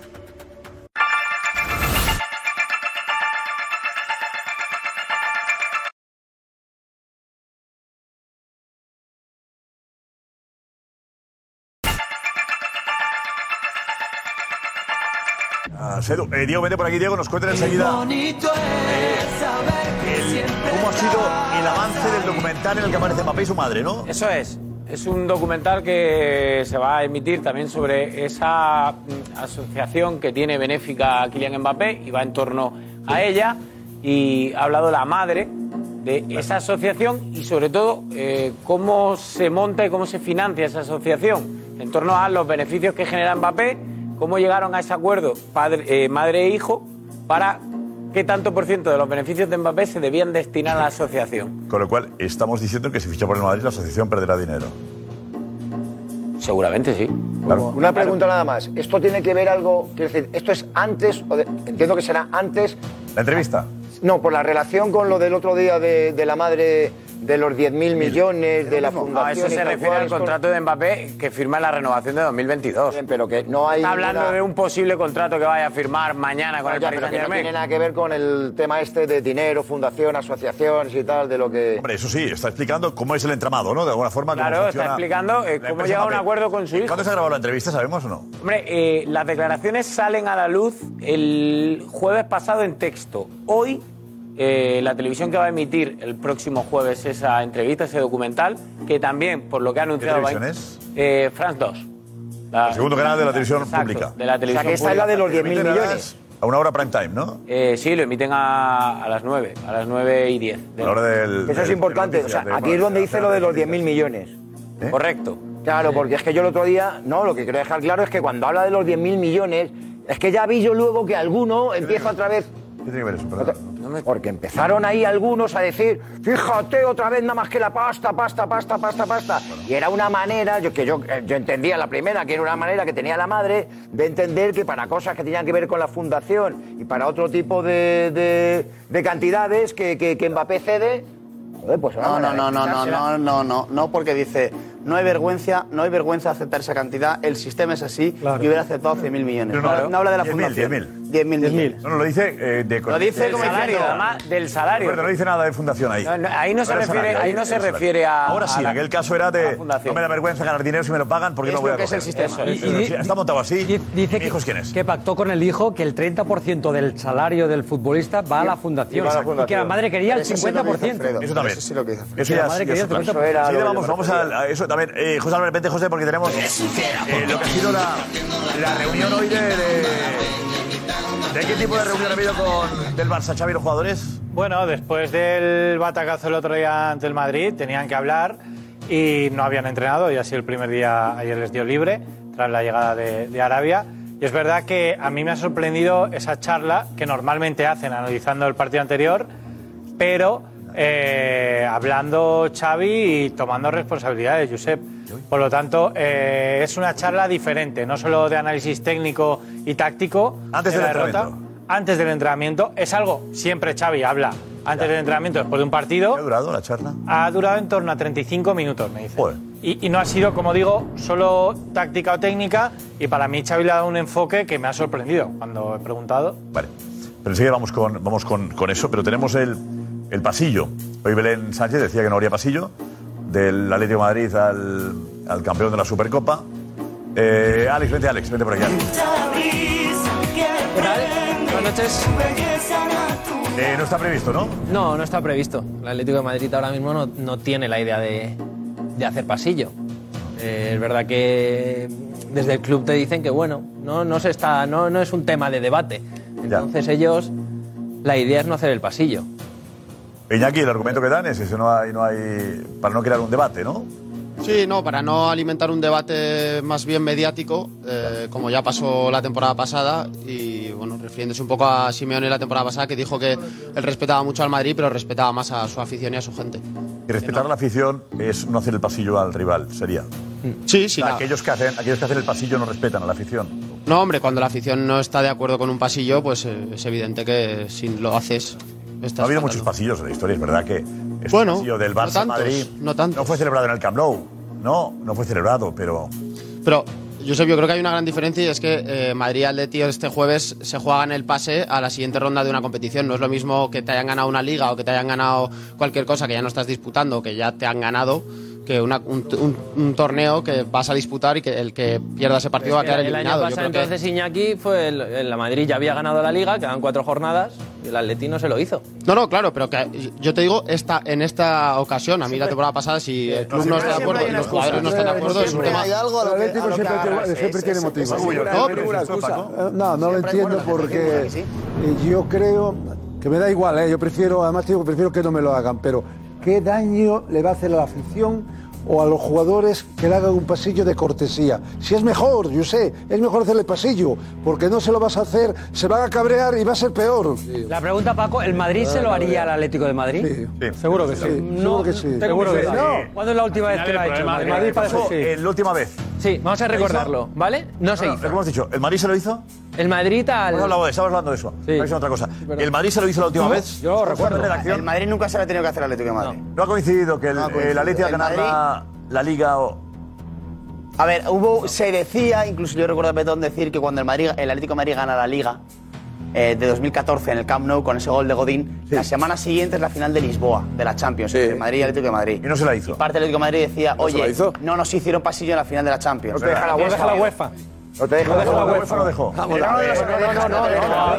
S1: Ah, Edu, eh, Diego, vete por aquí, Diego, nos cuentan enseguida cómo ha sido el avance del documental en el que aparece Mbappé y su madre, ¿no?
S6: Eso es. Es un documental que se va a emitir también sobre esa mm, asociación que tiene benéfica Kylian Mbappé y va en torno a ella. Y ha hablado la madre de esa asociación y sobre todo eh, cómo se monta y cómo se financia esa asociación en torno a los beneficios que genera Mbappé, cómo llegaron a ese acuerdo padre, eh, madre e hijo para qué tanto por ciento de los beneficios de Mbappé se debían destinar a la asociación.
S1: Con lo cual, estamos diciendo que si ficha por el Madrid, la asociación perderá dinero.
S6: Seguramente sí.
S10: Una pregunta nada más. ¿Esto tiene que ver algo? Quiero decir, ¿esto es antes? O de- entiendo que será antes.
S1: ¿La entrevista?
S10: No, por la relación con lo del otro día de, de la madre de los 10.000 millones, de la fundación.
S6: No, Ah, eso
S10: y
S6: se
S10: tal
S6: refiere
S10: cual,
S6: al
S10: esto-
S6: contrato de Mbappé que firma la renovación de 2022.
S10: pero que no hay
S6: Está hablando
S10: ninguna- Ah,
S6: de un posible contrato que vaya a firmar mañana con el
S10: Ya,
S6: Paris
S10: pero que no
S6: Saint-Germain.
S10: tiene nada que ver con el tema este de dinero, fundación, asociaciones y tal, de lo que...
S1: Hombre, eso sí, está explicando cómo es el entramado, ¿no? De alguna forma. cómo
S6: Claro, está
S1: funciona
S6: explicando eh,
S1: la
S6: cómo
S1: empresa
S6: llega a un
S1: Mbappé.
S6: acuerdo con su hijo.
S1: ¿Cuándo se ha grabado la entrevista? ¿Sabemos o no?
S6: Hombre, eh, las declaraciones salen a la luz el jueves pasado en texto. Hoy, eh, la televisión que va a emitir el próximo jueves esa entrevista, ese documental, que también, por lo que ha anunciado... va a-
S1: televisión
S6: Eh, France 2. La-
S1: El segundo canal de la televisión
S6: Ah. Exacto,
S1: pública.
S6: De la televisión pública.
S1: Emiten a las- A una hora prime time, ¿no?
S6: Eh, sí, lo emiten a, a las 9, a las 9 y 10.
S1: A la hora del-
S10: Eso es importante. O sea, aquí es donde dice lo de los 10.000 millones.
S1: ¿Eh?
S6: Correcto.
S10: Claro, porque es que yo el otro día, no, lo que quiero dejar claro es que cuando habla de los 10.000 millones, es que ya vi yo luego que alguno empieza otra vez.
S1: ¿Qué tiene que ver eso?
S10: Porque empezaron ahí algunos a decir, fíjate otra vez nada más que la pasta, pasta, pasta, pasta, pasta. Y era una manera, yo, que yo, eh, yo entendía la primera, que era una manera que tenía la madre de entender que para cosas que tenían que ver con la fundación y para otro tipo de, de- de cantidades que, que, que Mbappé cede, joder, pues una
S3: No, no,
S10: manera
S3: no,
S10: de
S3: no, no,
S10: quitársela.
S3: no, no, no, no, porque dice, no hay vergüenza, no hay vergüenza aceptar esa cantidad, el sistema es así y hubiera aceptado 100.000 millones.
S1: Pero
S3: No, no habla de la
S1: 10.000,
S3: fundación.
S1: 10.000.
S3: 10.000 millones.
S1: No, no, lo dice eh, de...
S3: Lo dice como diciendo-
S6: del salario.
S1: Pero no dice nada de fundación ahí.
S6: No, no, ahí no se
S1: Era
S6: refiere-
S1: salario,
S6: ahí no
S1: era
S6: se
S1: salario.
S6: refiere a-
S1: Ahora sí,
S6: a la-
S1: en aquel caso era de... No me da vergüenza ganar dinero si me lo pagan porque
S3: Es
S1: no voy
S3: lo
S1: a
S3: que es el
S1: coger.
S3: sistema.
S1: Eso, eso, eso. Está montado así.
S7: Dice
S1: ¿Mi
S7: que,
S1: hijo es quién es?
S7: que pactó con el hijo que el 30% del salario del futbolista va a la fundación. Y que la madre quería el 50%.
S1: Eso también.
S7: Eso,
S3: lo que
S1: Eso
S7: la
S1: ya
S7: madre
S1: sí,
S7: quería el
S1: eso también.
S7: 50%.
S1: Sí, vamos, vamos a, a eso también. Eh, José, de repente, José, porque tenemos eh, lo que ha sido la, la reunión hoy de, de- ¿De qué tipo de reunión ha habido con, del Barça, Xavi, los jugadores?
S29: Pues, Bueno, después del batacazo el otro día ante el Madrid, tenían que hablar y no habían entrenado y así el primer día ayer les dio libre tras la llegada de, de Arabia. Y es verdad que a mí me ha sorprendido esa charla que normalmente hacen analizando el partido anterior, pero eh, hablando Xavi y tomando responsabilidades, Josep. Por lo tanto, eh, es una charla diferente, no solo de análisis técnico y táctico.
S1: Antes
S29: de
S1: del
S29: la derrota,
S1: entrenamiento.
S29: antes del entrenamiento. Es algo, siempre Xavi habla antes del entrenamiento, después de un partido.
S1: ¿Ha durado la charla?
S29: Ha durado en torno a 35 minutos, me dice. Y, y no ha sido, como digo, solo táctica o técnica. Y para mí Xavi le ha dado un enfoque que me ha sorprendido cuando he preguntado.
S1: Vale. Pero enseguida vamos con, vamos con, con eso, pero tenemos el, el pasillo. Hoy Belén Sánchez decía que no habría pasillo, del Atlético de Madrid al, al campeón de la Supercopa. Eh, Alex, vente, Alex, vente por aquí. Alex.
S30: Buenas noches.
S1: Eh, no está previsto, ¿no?
S30: No, no está previsto. El Atlético de Madrid ahora mismo no, no tiene la idea de, de hacer pasillo. Eh, es verdad que desde el club te dicen que bueno, no, no se está, no, no es un tema de debate. Entonces ellos la idea es no hacer el pasillo.
S1: Iñaki, el argumento que dan es ese, no hay, no hay, para no crear un debate, ¿no?
S4: Sí, no, para no alimentar un debate más bien mediático, eh, como ya pasó la temporada pasada, y bueno, refiriéndose un poco a Simeone la temporada pasada, que dijo que él respetaba mucho al Madrid, pero respetaba más a su afición y a su gente.
S1: Y respetar a la afición es no hacer el pasillo al rival, sería.
S4: Sí, sí.
S1: O sea, aquellos, que hacen, aquellos que hacen el pasillo no respetan a la afición.
S4: No, hombre, cuando la afición no está de acuerdo con un pasillo, pues eh, es evidente que si lo haces. estás
S1: Ha habido
S4: fatal,
S1: muchos
S4: ¿no?
S1: pasillos en la historia, es verdad que este
S4: Bueno,
S1: pasillo del
S4: no
S1: Barça
S4: tantos,
S1: Madrid
S4: no,
S1: fue celebrado en el Camp Nou. No, no fue celebrado, pero
S4: Pero, Josep, yo creo que hay una gran diferencia y es que eh, Madrid y Atleti este jueves se juegan el pase a la siguiente ronda de una competición. No es lo mismo que te hayan ganado una liga o que te hayan ganado cualquier cosa que ya no estás disputando, que ya te han ganado, que una- un, un- un torneo que vas a disputar y que el que pierda ese partido va a quedar
S30: el año
S4: eliminado. Yo
S30: pasado
S4: creo que-
S30: entonces Iñaki fue el- el- la Madrid ya había ganado la liga, quedan cuatro jornadas y el Atletino se lo hizo.
S4: No, no, claro, pero que yo te digo, esta, en esta ocasión, a mí la temporada pasada, si el club no
S1: siempre-
S4: está de
S1: siempre
S4: acuerdo
S1: hay
S4: y
S1: una
S4: los jugadores no
S1: excusa.
S4: están de acuerdo, es un
S1: Siempre
S4: tema.
S1: hay algo a lo que- a lo que
S15: siempre, tiene-
S1: agarras,
S15: siempre
S1: es-
S15: tiene
S1: es-
S15: motivos.
S1: es orgullo, ¿no? Pero es excusa,
S15: Eh, No, no lo entiendo porque eh, yo creo que me da igual, ¿eh? yo prefiero, además digo que prefiero que no me lo hagan, pero ¿qué daño le va a hacer a la afición o a los jugadores que le hagan un pasillo de cortesía? Si es mejor, yo sé, es mejor hacerle pasillo, porque no se lo vas a hacer, se van a cabrear y va a ser peor.
S7: La pregunta, Paco, ¿el Madrid se lo haría al Atlético de Madrid?
S1: Seguro que sí.
S7: No,
S15: seguro que sí.
S7: tengo
S15: Seguro que
S7: dudas.
S15: sí.
S7: ¿Cuándo es la última vez que lo ha hecho?
S1: El
S7: Madrid
S1: pasó
S7: parece que sí.
S1: eh, la última vez.
S30: Sí, vamos a recordarlo, ¿vale? No se
S1: No,
S30: hizo.
S1: no, lo que hemos dicho, ¿el Madrid se lo hizo?
S30: El Madrid al...
S1: Hemos hablado de, estamos hablando de eso. Estamos diciendo otra cosa. ¿El Madrid se lo hizo la última vez?
S30: Yo
S1: El
S3: Madrid nunca se lo ha tenido que hacer al Atlético de Madrid.
S1: No ha coincidido que el,
S3: No ha coincidido.
S1: el Atlético ha
S3: El
S1: ganado la, la Liga o.
S3: A ver, hubo, se decía, incluso yo recuerdo a Petón decir que cuando el, Madrid, el Atlético de Madrid gana la Liga eh, de 2014 en el Camp Nou con ese gol de Godín, la semana siguiente es la final de Lisboa, de la Champions, entre Madrid y Atlético de Madrid. Y
S1: no se la hizo.
S3: parte del Atlético de Madrid decía,
S1: ¿No se la
S3: oye,
S1: hizo?
S3: no nos hicieron pasillo en la final de la Champions.
S1: No te deja la
S3: Eso
S1: UEFA.
S3: ha habido.
S1: No te
S3: deja la
S1: la
S3: UEFA.
S1: UEFA. No dejó.
S3: Vamos,
S1: no,
S3: la
S1: no, no, no, no, no, no, deja la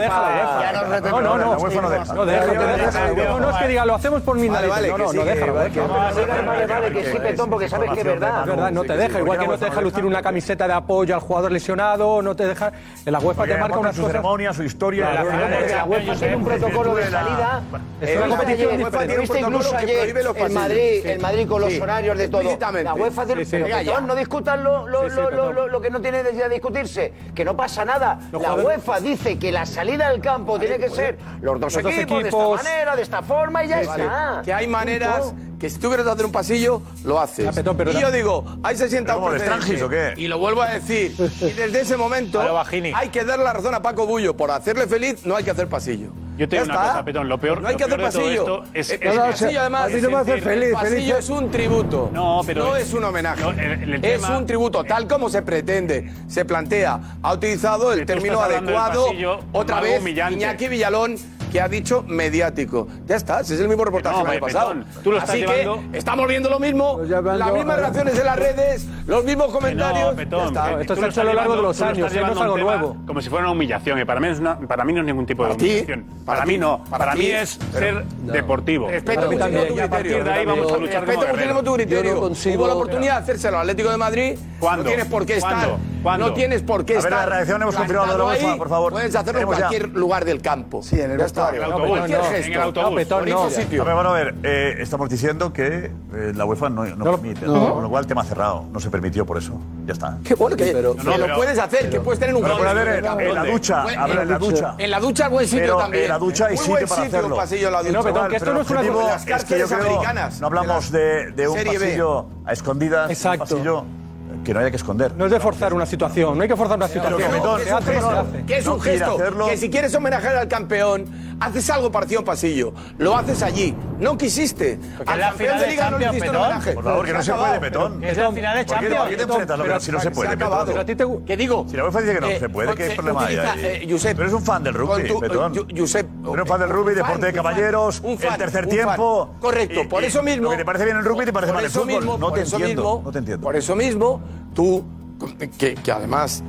S1: UEFA. eh, No, no, no. La UEFA no deja.
S7: No, deja, que deja. No, no, es que diga, lo hacemos por mi
S1: Vale,
S7: nariz.
S1: vale,
S7: No,
S1: que
S7: no,
S1: sí,
S7: no,
S1: que
S7: deja.
S1: vale, que vamos a
S7: Vale,
S1: ver,
S7: vale, vale, que
S1: que
S7: sí,
S1: es
S7: Petón, porque sabes que es
S1: información de
S7: verdad. Es
S1: Manu,
S7: verdad, no
S1: sí,
S7: te
S1: que sí,
S7: deja. Igual
S1: porque
S7: que no
S1: la
S7: te
S1: UEFA
S7: deja
S1: no
S7: lucir una camiseta de apoyo al jugador lesionado, no te deja... En la
S30: pues,
S7: UEFA te
S1: Porque
S7: marca
S1: montan
S7: unas
S1: su
S7: cosas...
S1: ceremonia, su historia.
S7: Claro,
S1: final
S7: porque
S1: de
S7: la UEFA
S1: Champions,
S7: tiene un
S1: eh,
S7: protocolo de
S1: la-
S7: salida.
S1: Es
S7: Eh,
S1: una
S7: viste
S1: competición
S7: ayer,
S1: diferente.
S7: tiene un
S10: Viste incluso ayer el Madrid, el Madrid con los horarios de todo. La UEFA tiene-
S7: Sí, sí.
S10: Venga, ya, no discutan lo, lo- lo- lo- lo- lo que no tiene necesidad de discutirse, que no pasa nada. la
S7: jugadores-
S10: UEFA dice que la salida al campo tiene que ser los dos,
S8: Los dos
S10: equipos, de
S8: equipos.
S10: esta manera, de esta forma y ya
S8: Sí,
S10: está.
S8: sí. Que hay
S10: Punto.
S8: maneras que si tú quieres hacer un pasillo, lo haces.
S7: Ah, Petón, pero
S8: y
S7: no.
S8: yo digo, hay 60
S1: ¿Cómo, de
S8: precedentes.
S1: Strangis o qué?
S8: Y lo vuelvo a decir. Y desde ese momento
S5: A lo Bajini.
S8: hay que dar la razón a Paco Bullo. Por hacerle feliz no hay que hacer pasillo.
S5: Yo te
S8: Ya
S5: digo una
S8: está.
S5: cosa, Petón, lo peor,
S8: No hay
S5: lo
S8: que hacer
S5: peor de todo
S8: pasillo. Eh,
S5: esto es-
S8: El
S5: es-
S8: pasillo, además,
S5: a ti no me hace
S8: es decir,
S5: feliz,
S8: el pasillo
S5: feliz.
S8: es un tributo.
S5: No, pero
S8: No
S5: es-
S8: es un homenaje.
S5: no, el- el
S8: es
S5: tema-
S8: un tributo, tal como se pretende, se plantea. Ha utilizado el
S5: tú
S8: término
S5: estás hablando del
S8: adecuado.
S5: pasillo como
S8: Otra
S5: algo
S8: vez,
S5: humillante.
S8: Iñaki Villalón, que ha dicho mediático. Ya está, ese es el mismo reportaje
S5: No,
S8: del año
S5: hombre,
S8: pasado.
S5: Petón, tú lo estás
S8: Así
S5: llevando-
S8: que estamos viendo lo mismo,
S5: van
S8: las
S5: yo-
S8: mismas reacciones en las redes, los mismos comentarios.
S5: No, Petón,
S8: Ya está.
S5: que tú lo estás llevando- tú lo estás llevando a un tema Como si fuera una humillación, y para mí, es una- para mí no es ningún tipo de
S8: Para ti,
S5: humillación. Para,
S8: para
S5: mí
S8: ti,
S5: no, para,
S8: para
S5: mí
S8: ti,
S5: es
S8: pero-
S5: ser deportivo.
S8: Respeto muchísimo tu
S5: Y a partir
S8: criterio.
S5: de ahí vamos a luchar como
S8: Respeto
S5: guerreros.
S8: muchísimo tu criterio. Hubo la oportunidad de hacérselo al Atlético de Madrid.
S5: ¿Cuándo?
S8: No tienes por qué estar.
S5: ¿Cuándo? ¿Cuándo?
S8: No tienes por qué
S5: A ver,
S8: estar.
S5: la redacción hemos
S8: plantado
S5: confirmado lo de la
S8: ahí.
S5: UEFA, por favor.
S8: Puedes hacerlo en
S5: Tenemos ya.
S8: cualquier lugar del campo. Sí, en el
S5: vestuario. En el autobús,
S8: Cualquier
S5: no,
S8: gesto.
S5: en el autobús.
S8: No, Petón,
S5: Bonito
S8: no.
S5: sitio.
S1: A ver, bueno, a ver, eh, estamos diciendo que eh, la UEFA no, no permite, con lo cual tema cerrado, no se permitió por eso, ya está.
S8: Qué bueno que, que
S1: no,
S8: lo
S1: pero-
S8: puedes hacer, que puedes tener un
S1: Pero
S8: gol
S1: puede
S8: en
S1: haber
S8: el
S1: en-
S8: campo.
S1: en la
S8: ¿Dónde?
S1: ducha,
S8: Buen-
S1: habrá en la ducha.
S8: En la ducha buen sitio
S1: Pero
S8: también.
S1: En la ducha hay
S8: Muy
S1: sitio
S8: buen
S1: para
S8: sitio,
S1: hacerlo.
S8: un pasillo en la ducha.
S1: Chaval, pero el objetivo
S8: Las
S1: es que yo
S8: cárceles
S1: creo-
S8: americanas.
S1: No hablamos de, de un
S8: Serie B.
S1: pasillo a escondidas, un pasillo que no haya que esconder.
S7: No es de forzar una situación, no hay que forzar una
S8: Pero
S7: situación.
S8: que no, que
S7: Se
S8: es un
S7: hace, se
S8: gesto,
S7: hace.
S8: que es un
S1: No quiere
S8: gesto,
S1: hacerlo.
S8: que si quieres homenajear al campeón, haces algo parecido en pasillo, lo haces allí, no quisiste, al
S1: la
S8: campeón
S1: final
S8: de
S1: de
S8: liga no le
S1: Champions,
S8: hiciste un
S1: Petón.
S8: homenaje.
S1: Por favor, que no se puede, Petón.
S8: Pero
S1: Es la final de
S8: ¿Por qué-
S1: Champions,
S8: ¿Por qué te
S1: Petón.
S8: enfrentas a lo
S1: Pero
S8: que si no se
S1: se ha
S8: puede?
S1: acabado.
S8: Petón?
S1: Pero a ti
S8: ¿Qué digo?
S1: Si la UEFA dice que no
S8: Eh,
S1: se puede, ¿qué
S8: eh,
S1: problema hay
S8: utiliza,
S1: ahí?
S8: eh, Josep,
S1: Pero eres un fan del
S8: con
S1: rugby,
S8: tu-
S1: Petón.
S8: eh, Ju- Josep,
S1: Eres un fan del rugby,
S8: un fan,
S1: deporte de
S8: un fan,
S1: caballeros,
S8: un fan,
S1: el tercer
S8: un
S1: tiempo.
S8: fan. Correcto,
S1: Y-
S8: por
S1: y
S8: eso mismo.
S1: Lo que te parece bien en rugby te parece
S8: por
S1: mal en
S8: eso
S1: fútbol.
S8: mismo,
S1: no,
S8: por
S1: te
S8: eso
S1: entiendo,
S8: mismo,
S1: no te entiendo.
S8: Por eso mismo, tú, que, que además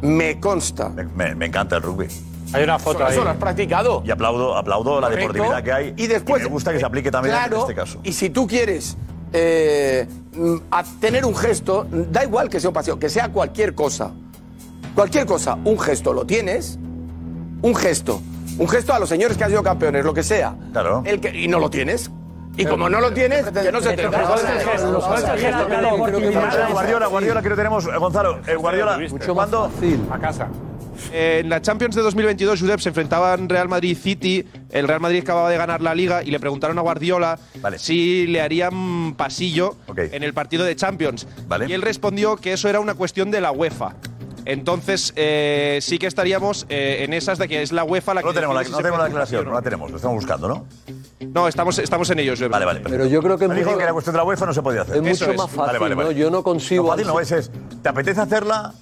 S8: me consta.
S1: Me, me encanta el rugby.
S8: Hay una foto Eso- ahí. eso lo has practicado.
S1: Y aplaudo, aplaudo la
S8: Correcto.
S1: deportividad que hay.
S8: Y después- eh,
S1: me gusta que se aplique también
S8: claro,
S1: en este caso.
S8: Y si tú quieres eh, mm, a- tener un gesto, da igual que sea un paseo, que sea cualquier cosa. Cualquier cosa, un gesto lo tienes, un gesto. Un gesto a los señores que han sido campeones, lo que sea. Claro. El que, y no lo tienes. Y como
S1: eh,
S8: no lo tienes, que no se te
S1: Guardiola, Guardiola, que no tenemos. eh, Gonzalo, eh, Guardiola, ¿cuándo?
S5: A casa.
S11: Eh, en la Champions de 2022, Josep, se enfrentaban Real Madrid y City. El Real Madrid acababa de ganar la liga y le preguntaron a Guardiola si le harían pasillo en el partido de Champions. Y él respondió que eso era una cuestión de la UEFA. Entonces, eh, sí que estaríamos eh, en esas de que es la UEFA la que.
S1: No tenemos la,
S11: decide si
S1: no
S11: se
S1: tenemos la
S11: puede hacer
S1: declaración, no la tenemos, lo estamos buscando, ¿no?
S11: o No, No, estamos, estamos en ellos, Vale, vale.
S1: Pero yo creo que Me dijo que la cuestión de la UEFA no se podía hacer.
S11: Es mucho Eso es. más fácil, ¿no? Yo no
S1: consigo. Lo fácil no es,
S11: hacer-
S1: es, ¿te apetece hacerla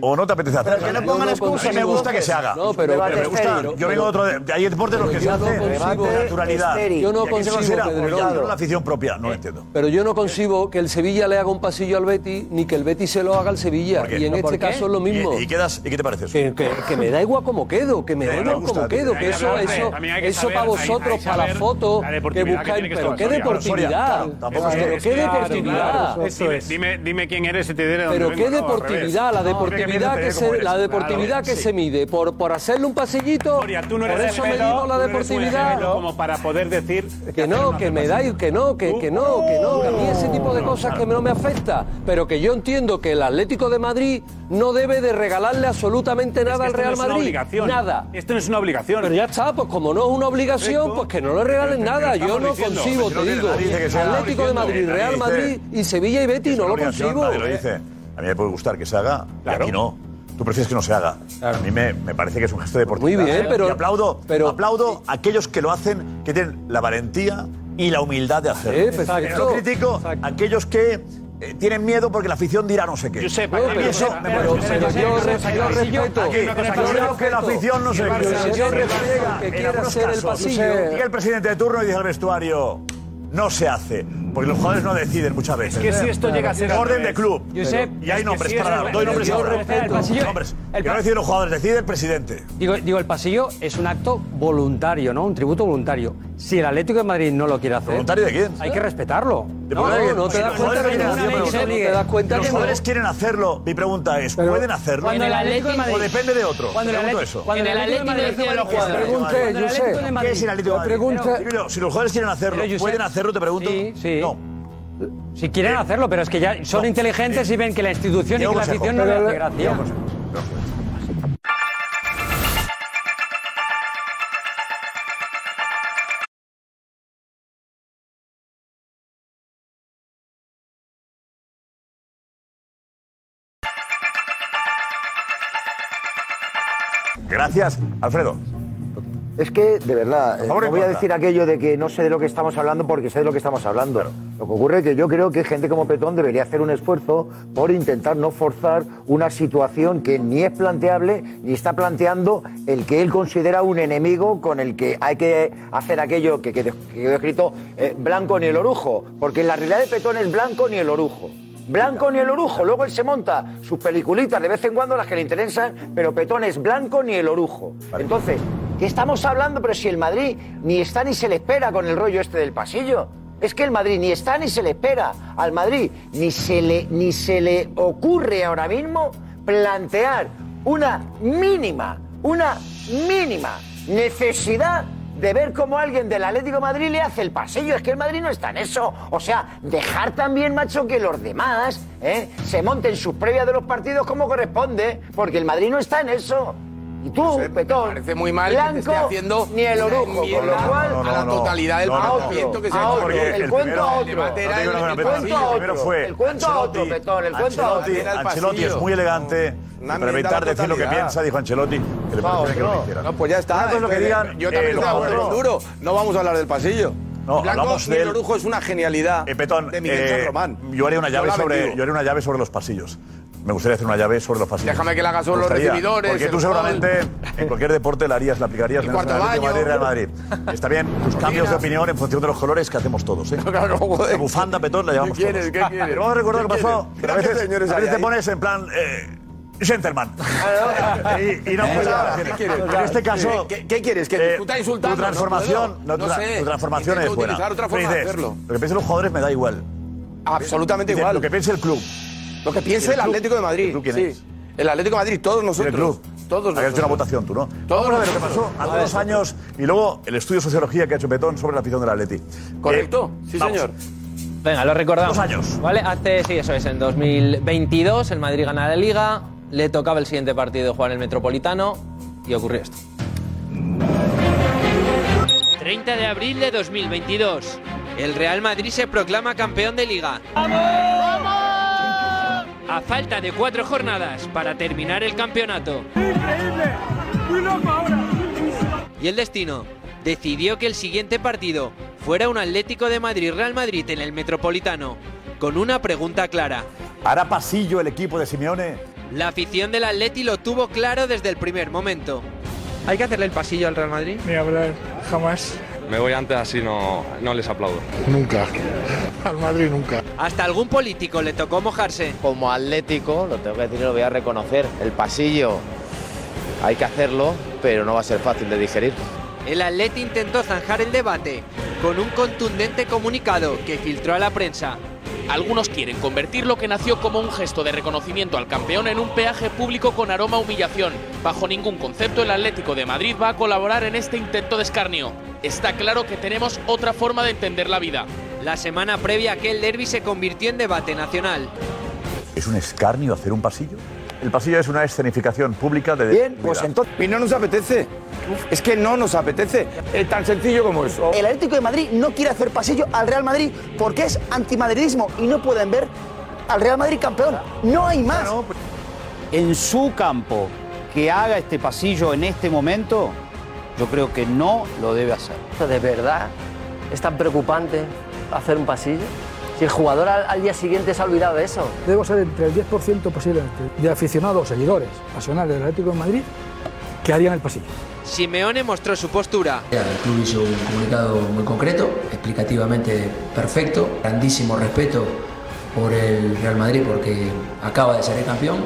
S1: o no te apetece hacerla?
S11: que no pongan Yo no excusas.
S1: A mí me gusta que se haga.
S11: No, pero-
S1: Pero me gusta.
S11: Pero-
S1: Yo vengo de otro. de- Hay deportes en los que se
S12: yo no
S1: hace
S12: consigo-
S1: con naturalidad.
S12: Yo no
S1: Y aquí se
S12: consigo,
S1: considera
S12: Pedrerol.
S1: apoyar la afición propia, no lo entiendo.
S12: Pero yo no concibo que el Sevilla le haga un pasillo al Betis ni que el Betis se lo haga al Sevilla. Y en este caso es lo mismo.
S1: ¿Y, y quedas, ¿Y qué te parece eso?
S12: Que, que- que me da igual como quedo, que me da
S1: Eh,
S12: igual
S1: me gusta,
S12: como quedo,
S1: hay
S12: que
S1: que
S12: eso,
S1: hablar de-
S12: eso,
S1: también hay que
S12: eso
S1: saber-
S12: para
S1: hay-
S12: vosotros,
S1: hay que
S12: para la
S1: saber
S12: foto,
S1: la
S12: que
S1: deportividad que
S12: buscáis,
S1: tiene que
S12: pero
S1: estar
S12: qué
S1: Soria. Claro, Soria,
S12: deportividad,
S1: claro, tampoco
S12: pero
S1: es
S12: qué
S1: que- claro,
S12: deportividad.
S5: Claro, dime, dime, dime quién eres y te diré de
S12: Pero
S5: dónde
S12: qué
S5: vengo, no, al
S12: deportividad, la
S5: revés. No,
S12: deportividad
S5: mira
S12: que
S5: piensas
S12: se,
S5: como
S12: la
S5: eres.
S12: deportividad
S5: Claro,
S12: que
S5: sí.
S12: se mide por, por hacerle un pasillito.
S5: Tú no eres
S12: por eso
S5: gemelo,
S12: medimos la
S5: tú no eres un
S12: deportividad.
S5: gemelo como para poder decir
S12: Que no, que me da y que no, que, que no, que no, que a mí ese tipo de cosas que no me afecta, pero que yo entiendo que el Atlético de Madrid no debe de regalarle absolutamente
S5: esto
S12: nada al Real
S5: no es una
S12: Madrid,
S5: obligación.
S12: nada.
S5: Esto no es una obligación.
S12: Pero ya está, pues como no es una obligación,
S5: Correcto.
S12: pues que no le regalen nada,
S5: pero
S12: yo
S5: estamos
S12: no
S5: diciendo,
S12: concibo,
S5: si no
S12: te
S5: tiene-
S12: digo.
S5: nadie dice que sea-
S12: Atlético de
S5: diciendo,
S12: Madrid,
S5: nadie
S12: Real
S5: dice-
S12: Madrid y Sevilla y Betis no lo
S1: obligación,
S12: consigo. ¿eh?
S1: Nadie lo dice. A mí me puede gustar que se haga, y a ti no. Tú prefieres que no se haga. A mí me, me parece que es un gesto deportivo.
S12: Muy bien, pero-
S1: Y aplaudo, aplaudo a aquellos que lo hacen, que tienen la valentía y la humildad de hacerlo.
S12: Sí, perfecto.
S1: Pero no critico a aquellos que eh, tienen miedo porque la afición dirá no sé qué. Yo sé,
S12: No, pero-
S1: eso me
S12: pero-
S1: parece-
S12: pero yo res- yo respeto.
S1: Aquí,
S12: Una cosa,
S1: yo
S12: yo
S1: creo que
S12: respeto.
S1: la afición no se
S12: Yo respeto que
S1: en
S12: quiera
S1: algunos
S12: hacer el
S1: casos,
S12: pasillo.
S1: Llega el presidente de turno y dice al vestuario. No se hace, porque los jugadores no deciden muchas veces.
S5: Es que si esto llega a ser al
S1: Orden de
S5: revés.
S1: club.
S5: Josep,
S1: y hay
S5: es que
S1: nombres
S5: si es
S1: para
S5: al
S1: dar. Doy
S5: revés.
S1: nombres
S5: Yo
S1: ahora.
S5: respeto. El pasillo-
S1: Nombres.
S7: el
S1: que no
S7: pa-
S1: deciden los jugadores, decide el presidente.
S7: Digo, digo, el pasillo es un acto voluntario, ¿no? Un tributo voluntario. Si el Atlético de Madrid no lo quiere hacer.
S1: ¿Voluntario de quién?
S7: Hay que respetarlo.
S1: Pero
S7: no,
S1: hay-
S7: no te
S1: si
S7: das cuenta
S1: los jugadores
S7: que
S1: quieren
S7: ninguna
S1: hacerlo,
S7: ley se
S1: pero
S7: obligue.
S1: Los jugadores quieren hacerlo. Mi pregunta es, ¿pueden hacerlo?
S7: Cuando el Atlético de Madrid-
S1: ¿O depende de otro?
S7: Cuando el
S1: Pregunto
S7: Atlético-
S1: eso.
S7: cuando el Atlético de Madrid decide los jugadores.
S1: Pregunte,
S7: Cuando el Atlético de
S1: ¿Qué
S7: Madrid-
S1: es el Atlético de Madrid?
S7: Pregunta-
S1: Pero, Si los jugadores quieren hacerlo,
S7: Pero, Josep-
S1: ¿pueden hacerlo? Te pregunto. Eh,
S7: Sí, sí. Si quieren hacerlo, pero es que ya son inteligentes y ven que la institución y
S1: Diego
S7: que la
S1: Consejo.
S7: afición no le
S1: Pero-
S7: hace gracia.
S1: Diego Consejo. Gracias, Alfredo.
S10: Es que, de verdad, eh,
S1: favor,
S10: no voy a
S1: encuentra.
S10: decir aquello de que no sé de lo que estamos hablando porque sé de lo que estamos hablando. Lo que ocurre es que yo creo que gente como Petón debería hacer un esfuerzo por intentar no forzar una situación que ni es planteable ni está planteando el que él considera un enemigo con el que hay que hacer aquello que que- que quedó escrito eh, blanco ni el orujo. Porque en la realidad de Petón es blanco ni el orujo. Blanco ni el orujo, luego él se monta sus peliculitas de vez en cuando las que le interesan, pero Petón es blanco ni el orujo. Entonces, ¿qué estamos hablando? Pero si el Madrid ni está ni se le espera con el rollo este del pasillo. Es que el Madrid ni está ni se le espera al Madrid, ni se le, ni se le ocurre ahora mismo plantear una mínima, una mínima necesidad de ver cómo alguien del Atlético de Madrid le hace el pasillo. Es que el Madrid no está en eso. O sea, dejar también, macho, que los demás ¿eh? se monten sus previas de los partidos como corresponde, porque el Madrid no está en eso. Y tú, Petón,
S8: parece muy mal que te
S10: blanco,
S8: esté haciendo
S10: ni el
S8: una
S10: orujo, con lo
S8: enmienda
S10: cual...
S8: a la totalidad del planteamiento
S1: Ah,
S8: que se ha
S10: a
S8: hecho.
S10: otro,
S8: Porque
S10: el
S8: el
S10: cuento a
S8: primero-
S10: otro,
S8: el debate era
S10: el
S8: el
S10: cuento a
S8: pasillo,
S10: otro,
S8: primero
S1: fue
S10: el cuento a otro,
S1: Ancelotti.
S10: Petón, el cuento a otro.
S1: Ancelotti, Ancelotti es muy elegante para evitar decir lo que piensa, dijo Ancelotti, que le parecía que no lo hiciera.
S8: No, pues ya
S1: Una
S8: está.
S1: cosa es lo que
S8: entonces,
S1: digan,
S8: Yo también
S1: eh, los
S8: estaba
S1: jugadores.
S8: duro. No vamos a hablar del pasillo.
S1: No,
S8: Blanco
S1: hablamos
S8: ni
S1: de
S8: el orujo es una genialidad.
S1: Eh, Petón,
S8: de Miguel
S1: eh,
S8: San Román.
S1: Yo haría una
S8: Yo
S1: llave
S8: la
S1: sobre,
S8: bendigo.
S1: yo haría una llave sobre los pasillos. Me gustaría hacer una llave sobre los pasillos.
S8: Déjame que la haga sobre
S1: Me
S8: los
S1: gustaría,
S8: recibidores,
S1: Porque tú
S8: el gol.
S1: seguramente en cualquier deporte la harías, la aplicarías. menos en
S8: cuarto
S1: Atlético de
S8: baño.
S1: Madrid, Real Madrid. Está bien, tus cambios de opinión en función de los colores que hacemos todos. ¿eh?
S8: joder.
S1: La bufanda, Petón, la llevamos
S8: ¿Qué quieres?
S1: todos.
S8: ¿Qué quieres?
S1: Pero vamos a recordar lo
S8: ¿Qué
S1: que pasó.
S8: quieres?
S1: que A
S8: Mira qué
S1: veces,
S8: señores
S1: a veces
S8: hay
S1: te
S8: ahí.
S1: pones en plan... Eh, Gentleman. y, y no
S8: Venga,
S1: pues, nada,
S8: ¿qué
S1: gente.
S8: quieres?
S1: En este caso,
S8: ¿Qué- qué quieres? ¿Que
S1: eh,
S8: discuta insultando?
S1: Tu
S8: No
S1: transformación,
S8: puedo.
S1: no,
S8: No
S1: tu-
S8: sé.
S1: tu transformación es
S8: Intento
S1: buena.
S8: utilizar otra forma de
S1: Dices,
S8: hacerlo.
S1: Lo que piensen los jugadores me da igual.
S8: Absolutamente
S1: Dice,
S8: igual.
S1: Lo que piense el club.
S8: Lo que piense
S1: ¿Y el
S8: el
S1: club?
S8: Atlético de Madrid.
S1: ¿El club quién
S8: sí.
S1: es?
S8: El Atlético de Madrid, todos nosotros. Todos
S1: Habías hecho una votación tú, ¿no? Vamos a ver lo que pasó hace unos años y luego el estudio de sociología que ha hecho Petón sobre la afición del Atleti.
S8: Correcto,
S1: Eh,
S8: sí,
S1: vamos.
S8: señor.
S30: Venga, lo recordamos.
S1: Dos años.
S30: Vale, hace, sí, eso es, en 2022 el Madrid gana la Liga, le tocaba el siguiente partido jugar en el Metropolitano y ocurrió esto.
S14: 30 de abril de 2022. El Real Madrid se proclama campeón de liga. A falta de cuatro jornadas para terminar el campeonato.
S27: Increíble. Muy loco ahora.
S14: Y el destino decidió que el siguiente partido fuera un Atlético de Madrid-Real Madrid en el Metropolitano, con una pregunta clara.
S1: ¿Hará pasillo el equipo de Simeone?
S14: La afición del Atleti lo tuvo claro desde el primer momento. ¿Hay que hacerle el pasillo al Real Madrid?
S27: Ni hablar, jamás.
S31: Me voy antes, así no, no les aplaudo.
S27: Nunca. Al Madrid nunca.
S30: Hasta algún político le tocó mojarse.
S4: Como atlético, lo tengo que decir y lo voy a reconocer. El pasillo hay que hacerlo, pero no va a ser fácil de digerir.
S30: El Atleti intentó zanjar el debate
S14: con un contundente comunicado que filtró a la prensa.
S19: Algunos quieren convertir lo que nació como un gesto de reconocimiento al campeón en un peaje público con aroma a humillación. Bajo ningún concepto el Atlético de Madrid va a colaborar en este intento de escarnio. Está claro que tenemos otra forma de entender la vida.
S30: La semana previa a aquel derby se convirtió en debate nacional.
S1: ¿Es un escarnio hacer un pasillo? El pasillo es una escenificación pública de...
S8: Bien, pues entonces. Y no nos apetece. Es que no nos apetece. Es tan sencillo como eso.
S3: El Atlético de Madrid no quiere hacer pasillo al Real Madrid porque es antimadridismo y no pueden ver al Real Madrid campeón. No hay más.
S32: en su campo que haga este pasillo en este momento, yo creo que no lo debe hacer.
S33: ¿De verdad es tan preocupante hacer un pasillo? Si el jugador al, al día siguiente se ha olvidado de eso.
S12: Debo ser entre el 10% posiblemente de aficionados, seguidores, pasionales del Atlético de Madrid que harían el pasillo.
S30: Simeone mostró su postura.
S7: El club hizo un comunicado muy concreto, explicativamente perfecto, grandísimo respeto por el Real Madrid porque acaba de ser el campeón,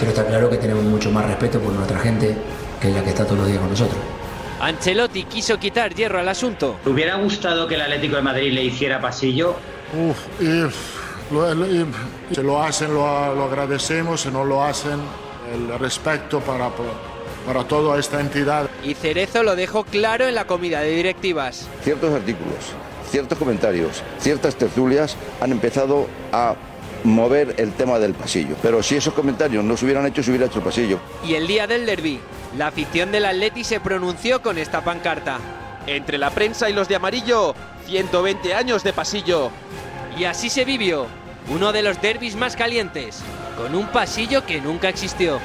S7: pero está claro que tenemos mucho más respeto por nuestra gente que es la que está todos los días con nosotros.
S30: Ancelotti quiso quitar hierro al asunto.
S34: ¿Hubiera gustado que el Atlético de Madrid le hiciera pasillo?
S12: Uf,
S34: y, lo- lo- y- si lo hacen, lo, lo agradecemos. Si no lo hacen, el respeto para, para toda esta entidad.
S30: Y Cerezo lo dejó claro en la comida de directivas.
S21: Ciertos artículos, ciertos comentarios, ciertas tertulias han empezado a mover el tema del pasillo. Pero si esos comentarios no se hubieran hecho, se hubiera hecho el pasillo.
S30: Y el día del derby, la afición del Atleti se pronunció con esta pancarta.
S19: Entre la prensa y los de amarillo, 120 años de pasillo.
S30: Y así se vivió uno de los derbis más calientes, con un pasillo que nunca existió.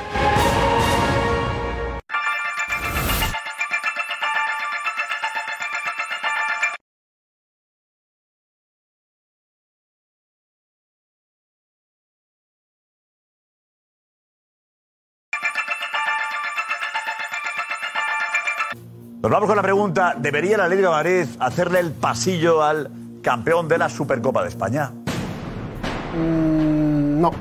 S1: Nos vamos con la pregunta, ¿debería la Atlético de Madrid hacerle el pasillo al campeón de la Supercopa de España?
S7: Mm,
S12: no.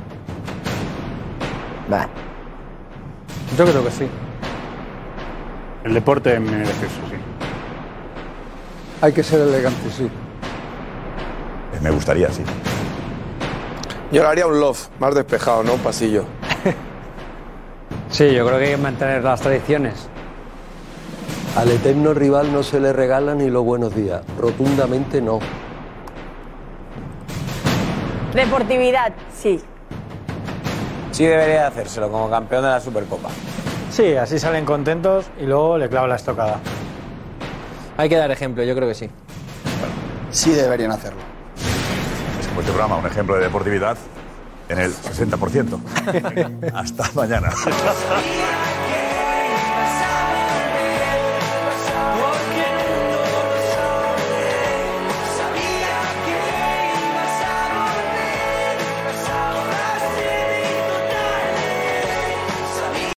S29: Yo creo que sí. El deporte merece eso, sí.
S12: Hay que ser elegante, sí.
S1: Me gustaría, sí.
S8: Yo le haría un love, más despejado, ¿no? Un pasillo.
S12: Sí, yo creo que hay que mantener las tradiciones. Al eterno rival no se le regalan ni los buenos días. Rotundamente no.
S2: Deportividad, sí.
S6: Sí debería hacérselo como campeón de la Supercopa.
S29: Sí, así salen contentos y luego le clavo la estocada.
S30: Hay que dar ejemplo, yo creo que sí.
S1: Sí deberían hacerlo. Es como este programa, un ejemplo de deportividad en el 60%. Venga, Hasta mañana.